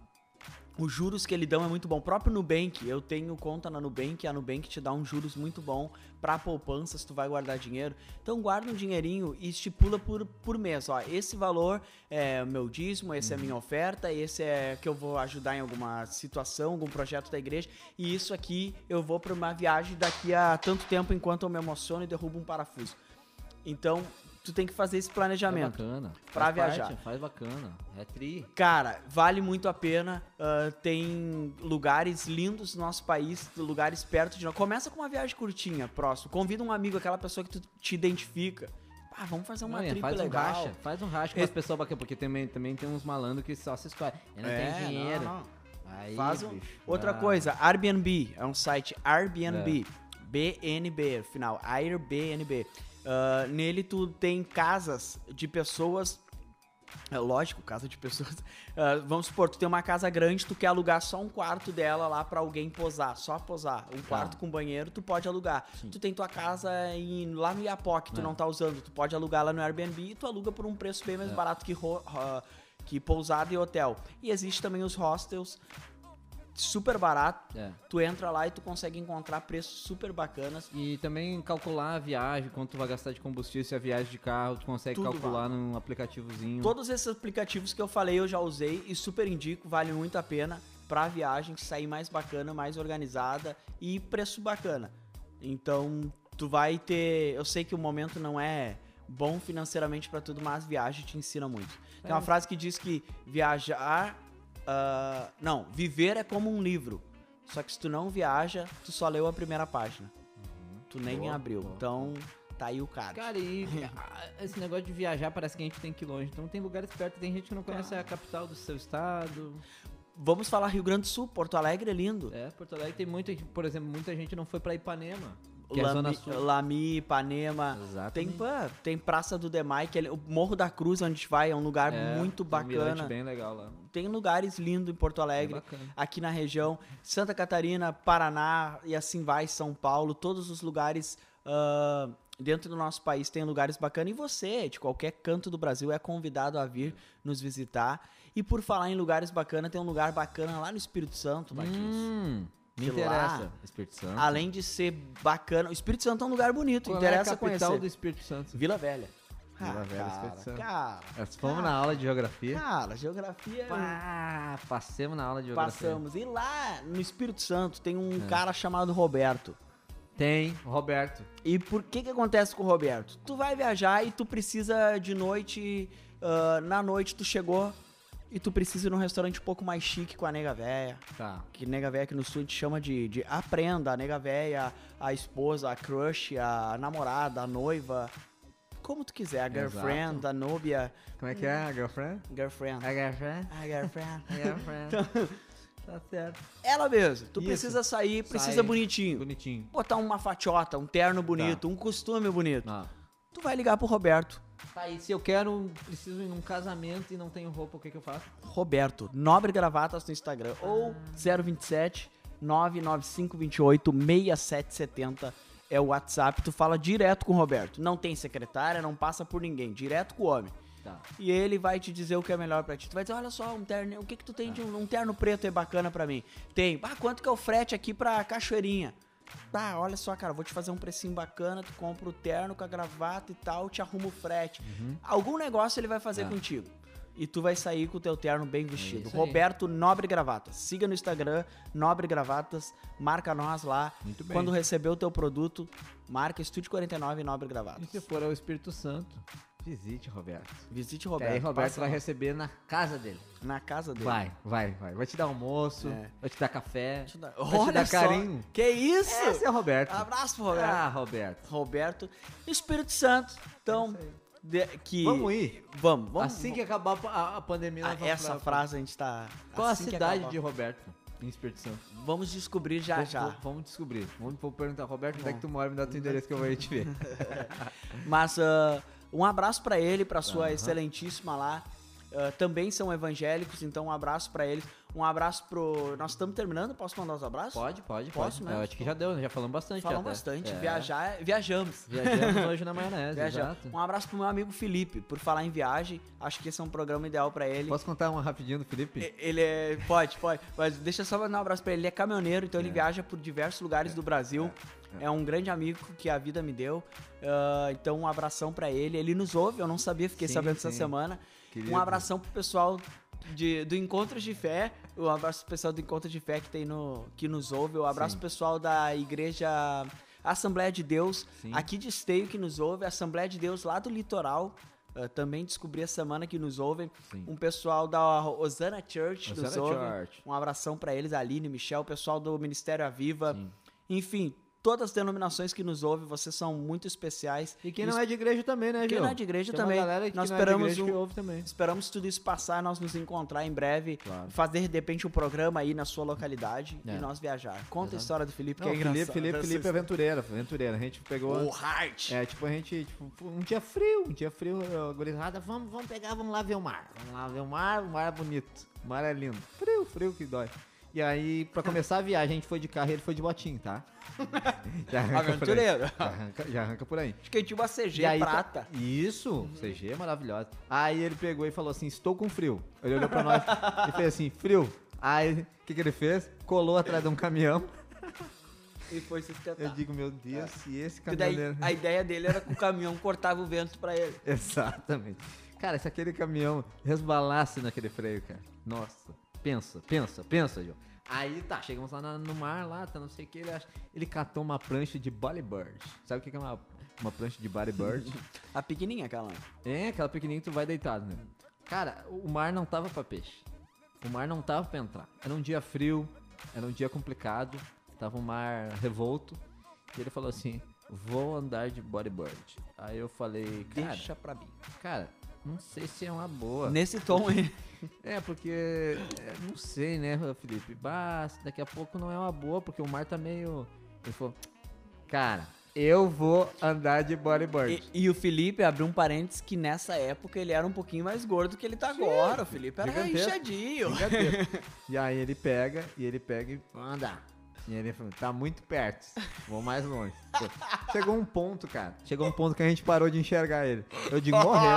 Speaker 2: os juros que ele dão é muito bom. O próprio Nubank, eu tenho conta na Nubank. A Nubank te dá uns juros muito bom pra poupança, se tu vai guardar dinheiro. Então guarda um dinheirinho e estipula por, por mês. Ó, esse valor é o meu dízimo, esse é a minha oferta, esse é que eu vou ajudar em alguma situação, algum projeto da igreja. E isso aqui eu vou pra uma viagem daqui a tanto tempo enquanto eu me emociono e derrubo um parafuso. Então, tu tem que fazer esse
Speaker 1: É
Speaker 2: planejamento.
Speaker 1: bacana.
Speaker 2: Pra
Speaker 1: Faz
Speaker 2: viajar.
Speaker 1: parte, faz bacana. É tri.
Speaker 2: Cara, vale muito a pena. ah, tem lugares lindos no nosso país, lugares perto de nós. Começa com uma viagem curtinha, próximo. Convida um amigo, aquela pessoa que tu te identifica. Ah, vamos fazer uma
Speaker 1: Não, é,
Speaker 2: trip
Speaker 1: faz um
Speaker 2: legal.
Speaker 1: racha, faz um racha com as pessoas bacanas, porque também, também tem uns malandros que só se escolhem. Eu não
Speaker 2: É,
Speaker 1: tenho dinheiro.
Speaker 2: não, não.
Speaker 1: Aí,
Speaker 2: Faz um-
Speaker 1: bicho,
Speaker 2: Outra
Speaker 1: dá.
Speaker 2: coisa, Airbnb é um site Airbnb,
Speaker 1: É.
Speaker 2: BNB, final, Airbnb. Ah, nele tu tem casas de pessoas, é lógico, casa de pessoas. Ah, vamos supor, tu tem uma casa grande, tu quer alugar só um quarto dela lá pra alguém posar, só posar, um quarto com banheiro, tu pode alugar.
Speaker 1: Tá. Sim.
Speaker 2: Tu tem tua casa em- lá no Iapó que tu
Speaker 1: É.
Speaker 2: não tá usando, tu pode alugar lá no Airbnb e tu aluga por um preço bem mais
Speaker 1: É.
Speaker 2: barato que ro- ah, que pousada e hotel. E existe também os hostels super barato.
Speaker 1: É.
Speaker 2: Tu entra lá e tu consegue encontrar preços super bacanas.
Speaker 1: E também calcular a viagem, quanto tu vai gastar de combustível, se é viagem de carro, tu consegue
Speaker 2: Tudo
Speaker 1: calcular num aplicativozinho.
Speaker 2: Todos esses aplicativos que eu falei eu já usei e super indico, vale muito a pena pra viagem sair mais bacana, mais organizada e preço bacana. Então, tu vai ter, eu sei que o momento não é bom financeiramente pra tudo, mas viagem te ensina muito. Tem uma
Speaker 1: É.
Speaker 2: frase que diz que viajar ah, não, viver é como um livro. Só que se tu não viaja, tu só leu a primeira página. Tu nem
Speaker 1: Uhum. Boa,
Speaker 2: abriu.
Speaker 1: boa.
Speaker 2: Então, tá aí o cara.
Speaker 1: Cara, e a- esse negócio de viajar parece que a gente tem que ir longe. Então tem lugares perto, tem gente que não conhece
Speaker 2: Tá.
Speaker 1: a capital do seu estado.
Speaker 2: Vamos falar Rio Grande do Sul, Porto Alegre é lindo.
Speaker 1: É, Porto Alegre tem muita, por exemplo, muita gente não foi pra Ipanema, que é a
Speaker 2: Lami,
Speaker 1: zona sul.
Speaker 2: Lami, Ipanema. Tem, um
Speaker 1: Exatamente.
Speaker 2: pá, tem Praça do Demai, que é, o Morro da Cruz, onde a gente vai, é um lugar
Speaker 1: É,
Speaker 2: muito
Speaker 1: tem um mirante
Speaker 2: bacana.
Speaker 1: bem legal lá.
Speaker 2: Tem lugares lindos em Porto
Speaker 1: É
Speaker 2: Alegre.
Speaker 1: bacana.
Speaker 2: aqui na região, Santa Catarina, Paraná e assim vai, São Paulo, todos os lugares ah, dentro do nosso país tem lugares bacanas. E você, de qualquer canto do Brasil, é convidado a vir nos visitar. E por falar em lugares bacanas, tem um lugar bacana lá no Espírito Santo, Marquinhos.
Speaker 1: Hum, me
Speaker 2: Que
Speaker 1: interessa.
Speaker 2: lá-
Speaker 1: Espírito Santo.
Speaker 2: Além de ser bacana, o Espírito Santo é um lugar bonito,
Speaker 1: Qual é
Speaker 2: interessa
Speaker 1: a capital
Speaker 2: conhecer.
Speaker 1: do Espírito Santo?
Speaker 2: Vila Velha.
Speaker 1: Vila
Speaker 2: Ah,
Speaker 1: Velha, Espírito
Speaker 2: cara,
Speaker 1: Santo.
Speaker 2: cara,
Speaker 1: Nós fomos na aula de geografia.
Speaker 2: cara, geografia...
Speaker 1: Pá, passemos na aula de geografia.
Speaker 2: Passamos. E lá no Espírito Santo tem um
Speaker 1: É.
Speaker 2: cara chamado Roberto.
Speaker 1: Tem, Roberto.
Speaker 2: E por que que acontece com o Roberto? Tu vai viajar e tu precisa de noite, ah, na noite tu chegou e tu precisa ir num restaurante um pouco mais chique com a nega véia.
Speaker 1: Tá.
Speaker 2: Que nega véia aqui no sul a gente chama de, de aprenda, a nega véia, a esposa, a crush, a namorada, a noiva, como tu quiser, a girlfriend, a nobia,
Speaker 1: Como é que é, a girlfriend?
Speaker 2: Hum. É girlfriend,
Speaker 1: A girlfriend?
Speaker 2: a girlfriend.
Speaker 1: A girlfriend. tá certo.
Speaker 2: Ela mesmo, tu
Speaker 1: Isso.
Speaker 2: precisa sair, precisa
Speaker 1: Sai.
Speaker 2: bonitinho.
Speaker 1: Bonitinho.
Speaker 2: Botar uma fatiota, um terno bonito, um costume bonito.
Speaker 1: Ah.
Speaker 2: Tu vai ligar pro Roberto.
Speaker 1: Tá, e se eu quero, preciso ir num casamento e não tenho roupa, o que que eu faço?
Speaker 2: Roberto Nobre Gravatas no Instagram ou 027 995 28 6770 é o WhatsApp. Tu fala direto com o Roberto. Não tem secretária, não passa por ninguém, direto com o homem.
Speaker 1: Tá.
Speaker 2: E ele vai te dizer o que é melhor pra ti. Tu vai dizer, olha só, um terno, o que que tu tem de um, um terno preto é bacana pra mim? Tem. Ah, quanto que é o frete aqui pra Cachoeirinha? Ah, olha só, cara, vou te fazer um precinho bacana, tu compra o terno com a gravata e tal, te arruma o frete.
Speaker 1: Uhum.
Speaker 2: Algum negócio ele vai fazer
Speaker 1: Tá.
Speaker 2: contigo. E tu vai sair com o teu terno bem vestido.
Speaker 1: É isso aí.
Speaker 2: Roberto Nobre Gravatas. Siga no Instagram, Nobre Gravatas, marca nós lá.
Speaker 1: Muito bem.
Speaker 2: Quando receber o teu produto, marca Estúdio 49 Nobre
Speaker 1: E
Speaker 2: Gravatas.
Speaker 1: se for ao Espírito Santo, visite Roberto.
Speaker 2: Visite
Speaker 1: Roberto aí
Speaker 2: Roberto.
Speaker 1: Roberto
Speaker 2: passa
Speaker 1: vai
Speaker 2: lá
Speaker 1: receber na casa dele.
Speaker 2: na casa dele.
Speaker 1: Vai, vai, vai. Vai te dar almoço,
Speaker 2: É.
Speaker 1: vai te dar café,
Speaker 2: Deixa eu dar-
Speaker 1: vai te dar carinho.
Speaker 2: Que isso? Um
Speaker 1: Esse é o Roberto.
Speaker 2: Abraço pro Roberto.
Speaker 1: Ah, Roberto.
Speaker 2: Roberto e Espírito Santo. Então, de- que
Speaker 1: É Vamos ir?
Speaker 2: Vamos, vamos.
Speaker 1: assim que acabar a, a pandemia, nós
Speaker 2: Ah,
Speaker 1: vamos
Speaker 2: essa
Speaker 1: pra-
Speaker 2: frase a gente tá
Speaker 1: Qual
Speaker 2: assim
Speaker 1: a
Speaker 2: que
Speaker 1: cidade
Speaker 2: acabar.
Speaker 1: de Roberto, em Espírito Santo?
Speaker 2: Vamos descobrir já
Speaker 1: Vamos-
Speaker 2: já.
Speaker 1: vamos- Vamos descobrir. Vamos vou perguntar, Roberto, onde é
Speaker 2: Bom.
Speaker 1: que tu mora? Me dá teu endereço que eu vou aí te ver.
Speaker 2: Mas ah, um abraço pra ele, pra sua
Speaker 1: Aham.
Speaker 2: excelentíssima lá. Ah, também são evangélicos, então um abraço pra eles. Um abraço pro. Nós estamos terminando, posso mandar os abraços?
Speaker 1: Pode, pode,
Speaker 2: Posso
Speaker 1: pode.
Speaker 2: mesmo?
Speaker 1: Eu acho que já deu, né? já falamos bastante.
Speaker 2: Falam
Speaker 1: já até.
Speaker 2: bastante.
Speaker 1: É.
Speaker 2: Viajar, viajamos.
Speaker 1: Viajamos hoje na maionese,
Speaker 2: Viajamos.
Speaker 1: exato.
Speaker 2: Um abraço pro meu amigo Felipe, por falar em viagem. Acho que esse é um programa ideal pra ele.
Speaker 1: Posso contar uma rapidinho do Felipe?
Speaker 2: E- Ele é. Pode, pode. Mas deixa eu só mandar um abraço pra ele. Ele é caminhoneiro, então ele viaja por diversos lugares do Brasil. É. um grande amigo que a vida me deu. Ah, então, um abração pra ele. Ele nos ouve, eu não sabia, fiquei
Speaker 1: Sim,
Speaker 2: sabendo essa
Speaker 1: sim.
Speaker 2: semana.
Speaker 1: Querido.
Speaker 2: Um abração pro pessoal de- do Encontros de Fé. Um abraço pro pessoal do Encontros de Fé que, tem no, que nos ouve. Um abraço pro pessoal da igreja. Assembleia de Deus,
Speaker 1: Sim.
Speaker 2: aqui de Esteio que nos ouve, Assembleia de Deus lá do litoral, ah, também descobri a semana que nos ouvem.
Speaker 1: Sim.
Speaker 2: Um pessoal da Osana Church
Speaker 1: Osana
Speaker 2: nos ouve.
Speaker 1: Church.
Speaker 2: Um abração pra eles, Aline, Michel, o pessoal do Ministério Aviva.
Speaker 1: Sim.
Speaker 2: Enfim, todas as denominações que nos ouvem, vocês são muito especiais.
Speaker 1: E quem não é de igreja também, né,
Speaker 2: Quem
Speaker 1: Gil?
Speaker 2: não é de igreja
Speaker 1: Tem uma
Speaker 2: também.
Speaker 1: galera que
Speaker 2: Nós
Speaker 1: não
Speaker 2: esperamos
Speaker 1: é de igreja
Speaker 2: um-
Speaker 1: que ouve também.
Speaker 2: Esperamos tudo isso passar, nós nos encontrar em breve,
Speaker 1: Claro.
Speaker 2: fazer de repente um programa aí na sua localidade
Speaker 1: É.
Speaker 2: e nós viajar. Conta a
Speaker 1: Exato.
Speaker 2: história do Felipe, que
Speaker 1: Não,
Speaker 2: é engraçado.
Speaker 1: Felipe, Felipe,
Speaker 2: essa
Speaker 1: Felipe é
Speaker 2: história.
Speaker 1: aventureiro, aventureiro. A gente pegou...
Speaker 2: O Heart.
Speaker 1: É, tipo, a gente, tipo, um dia frio, um dia frio, a gurizada, vamos, vamos pegar, vamos lá ver o mar. Vamos lá ver o mar, o mar é bonito, o mar é lindo. Frio, frio que dói. E aí, pra começar a viagem, a gente foi de carro e ele foi de botinho, tá? Já arranca por aí.
Speaker 2: Aventureiro.
Speaker 1: Já arranca, já arranca por aí.
Speaker 2: Acho que é tipo a gente tinha
Speaker 1: E
Speaker 2: uma
Speaker 1: aí
Speaker 2: CG
Speaker 1: tá-
Speaker 2: prata. Uhum.
Speaker 1: Isso, CG é maravilhosa. Aí ele pegou e falou assim: Estou com frio. Ele olhou pra nós e fez assim: Frio. Aí, o que, que ele fez? Colou atrás de um caminhão.
Speaker 2: E foi se
Speaker 1: Eu
Speaker 2: esquentar.
Speaker 1: digo: Meu Deus, se esse
Speaker 2: Que daí
Speaker 1: É caminhoneiro.
Speaker 2: a ideia dele era que o caminhão cortava o vento pra ele.
Speaker 1: Exatamente. Cara, se aquele caminhão resbalasse naquele freio, cara. Nossa. Pensa, pensa, pensa, João. Aí tá, chegamos lá na- no mar, lá, tá, não sei o que. Ele, acha- ele catou uma prancha de bodybird. Sabe o que que é uma, uma prancha de bodybird?
Speaker 2: A pequenininha, aquela.
Speaker 1: é, aquela pequenininha que tu vai deitado, né? Cara, o mar não tava pra peixe. O mar não tava pra entrar. Era um dia frio, era um dia complicado, tava um mar revolto. E ele falou assim: vou andar de bodybird. Aí eu falei, cara.
Speaker 2: Deixa pra mim.
Speaker 1: Cara, não sei se é uma boa.
Speaker 2: Nesse tom, hein?
Speaker 1: É, porque. é, Não sei, né, Felipe? Bah, daqui a pouco não é uma boa, porque o mar tá meio. Ele falou. Cara, eu vou andar de bodyboard.
Speaker 2: E, e o Felipe abriu um parênteses que nessa época ele era um pouquinho mais gordo que ele tá agora. O Felipe era
Speaker 1: gigantesco.
Speaker 2: inchadinho.
Speaker 1: Brincadeira. E aí ele pega, e ele pega e vou andar. E ele falou, tá muito perto, vou mais longe. Pô, Chegou um ponto, cara. Chegou um ponto que a gente parou de enxergar ele. Eu digo, morreu,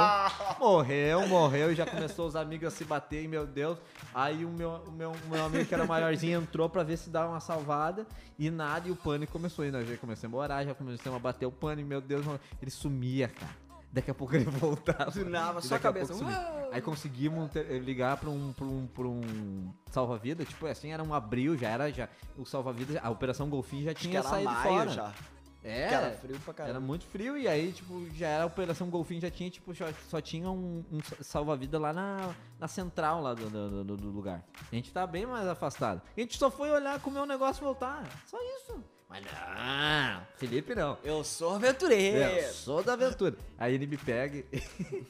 Speaker 1: morreu, morreu. E já começou os amigos a se bater, e meu Deus. Aí o meu, o meu, o meu amigo que era maiorzinho entrou pra ver se dava uma salvada. E nada, e o pânico começou. E nós já começamos a orar, já começamos a bater o pânico. Meu Deus, mano, ele sumia, cara. Daqui a pouco ele voltava.
Speaker 2: Do nada,
Speaker 1: E
Speaker 2: só a
Speaker 1: daqui a
Speaker 2: cabeça.
Speaker 1: pouco sumia.
Speaker 2: Uau!
Speaker 1: Aí conseguimos ter- ligar pra um, pra um, pra um salva-vida, tipo assim, era um abril, já era já o salva-vida, a Operação Golfinho já
Speaker 2: Acho que
Speaker 1: tinha
Speaker 2: era
Speaker 1: saído
Speaker 2: maio
Speaker 1: fora.
Speaker 2: já.
Speaker 1: É,
Speaker 2: Que era frio pra caramba.
Speaker 1: era muito frio e aí, tipo, já era a Operação Golfinho, já tinha, tipo, só, só tinha um, um sa- salva-vida lá na, na central lá do, do- do- do lugar. A gente tá bem mais afastado. A gente só foi olhar, comer um negócio e voltar, só isso. Mas não, Felipe não.
Speaker 2: Eu sou aventureiro.
Speaker 1: Eu sou É, da aventura. Aí ele me pega e-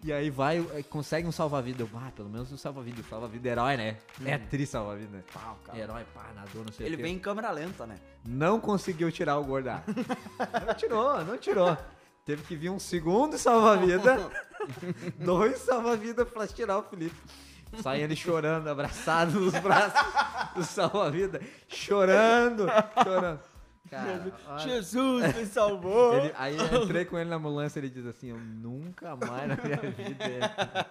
Speaker 1: e aí vai, aí consegue um salva-vida. Eu, ah, pelo menos um salva-vida. O salva-vida é herói, né? É tri salva-vida, né?
Speaker 2: Pau, cara.
Speaker 1: Herói, pá, nadou, não sei o
Speaker 2: Uhum. Ele
Speaker 1: quê.
Speaker 2: vem em câmera lenta, né?
Speaker 1: Não conseguiu tirar o gordar. não tirou, não tirou. Teve que vir um segundo salva-vida, dois salva-vida pra tirar o Felipe. Sai ele chorando, abraçado nos braços do salva-vida. Chorando, chorando. Cara, olha-
Speaker 2: Jesus me salvou.
Speaker 1: ele- aí eu entrei com ele na ambulância ele diz assim: Eu nunca mais na minha vida.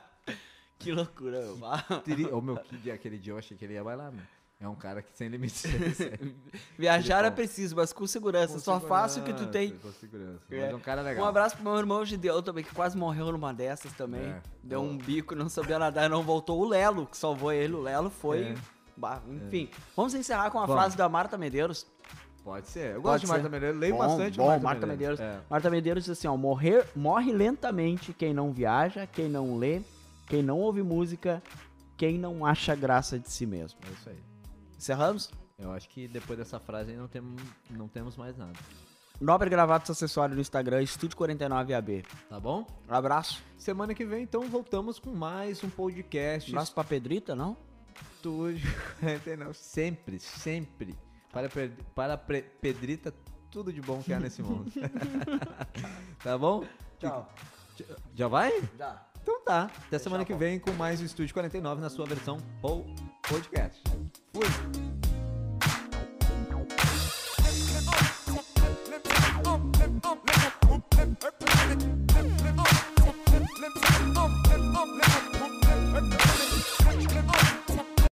Speaker 2: Que loucura, meu.
Speaker 1: teria-" Ô meu, que dia, aquele dia eu achei que ele ia bailar, meu. É um cara que sem limites. sério.
Speaker 2: Viajar é
Speaker 1: Telefone.
Speaker 2: preciso, mas com segurança.
Speaker 1: Com
Speaker 2: Só faço o que tu
Speaker 1: segurança,
Speaker 2: tem.
Speaker 1: Com segurança.
Speaker 2: É.
Speaker 1: Mas é um cara
Speaker 2: Um
Speaker 1: legal.
Speaker 2: abraço pro meu irmão Gideão também, que quase morreu numa dessas também.
Speaker 1: É.
Speaker 2: Deu um bico, não sabia nadar, não voltou. O Lelo, que salvou ele. O Lelo foi.
Speaker 1: É.
Speaker 2: bah, enfim, vamos encerrar com a
Speaker 1: Vamos.
Speaker 2: frase da Marta Medeiros.
Speaker 1: Pode ser. Eu
Speaker 2: Pode
Speaker 1: gosto de
Speaker 2: ser.
Speaker 1: Marta Medeiros. eu Leio
Speaker 2: Bom,
Speaker 1: bastante
Speaker 2: bom,
Speaker 1: Marta,
Speaker 2: Marta Medeiros.
Speaker 1: É.
Speaker 2: Marta Medeiros diz assim: ó, morrer, morre lentamente quem não viaja, quem não lê, quem não ouve música, quem não acha graça de si mesmo.
Speaker 1: É isso aí.
Speaker 2: Encerramos?
Speaker 1: Eu acho que depois dessa frase aí não, tem, não temos mais nada.
Speaker 2: Nobre Gravatos Acessório no Instagram, Estúdio 49AB.
Speaker 1: Tá bom?
Speaker 2: Abraço.
Speaker 1: Semana que vem, então, voltamos com mais um podcast.
Speaker 2: Abraço pra Pedrita, não?
Speaker 1: Estúdio 49. Sempre, sempre. Para, per- para pre- Pedrita, tudo de bom que há nesse mundo. tá bom?
Speaker 2: Tchau.
Speaker 1: Já vai?
Speaker 2: Já.
Speaker 1: Então tá. Até semana
Speaker 2: Tchau,
Speaker 1: que
Speaker 2: Paulo.
Speaker 1: um vem com mais o Estúdio 49 na sua versão podcast. podcast. Fui.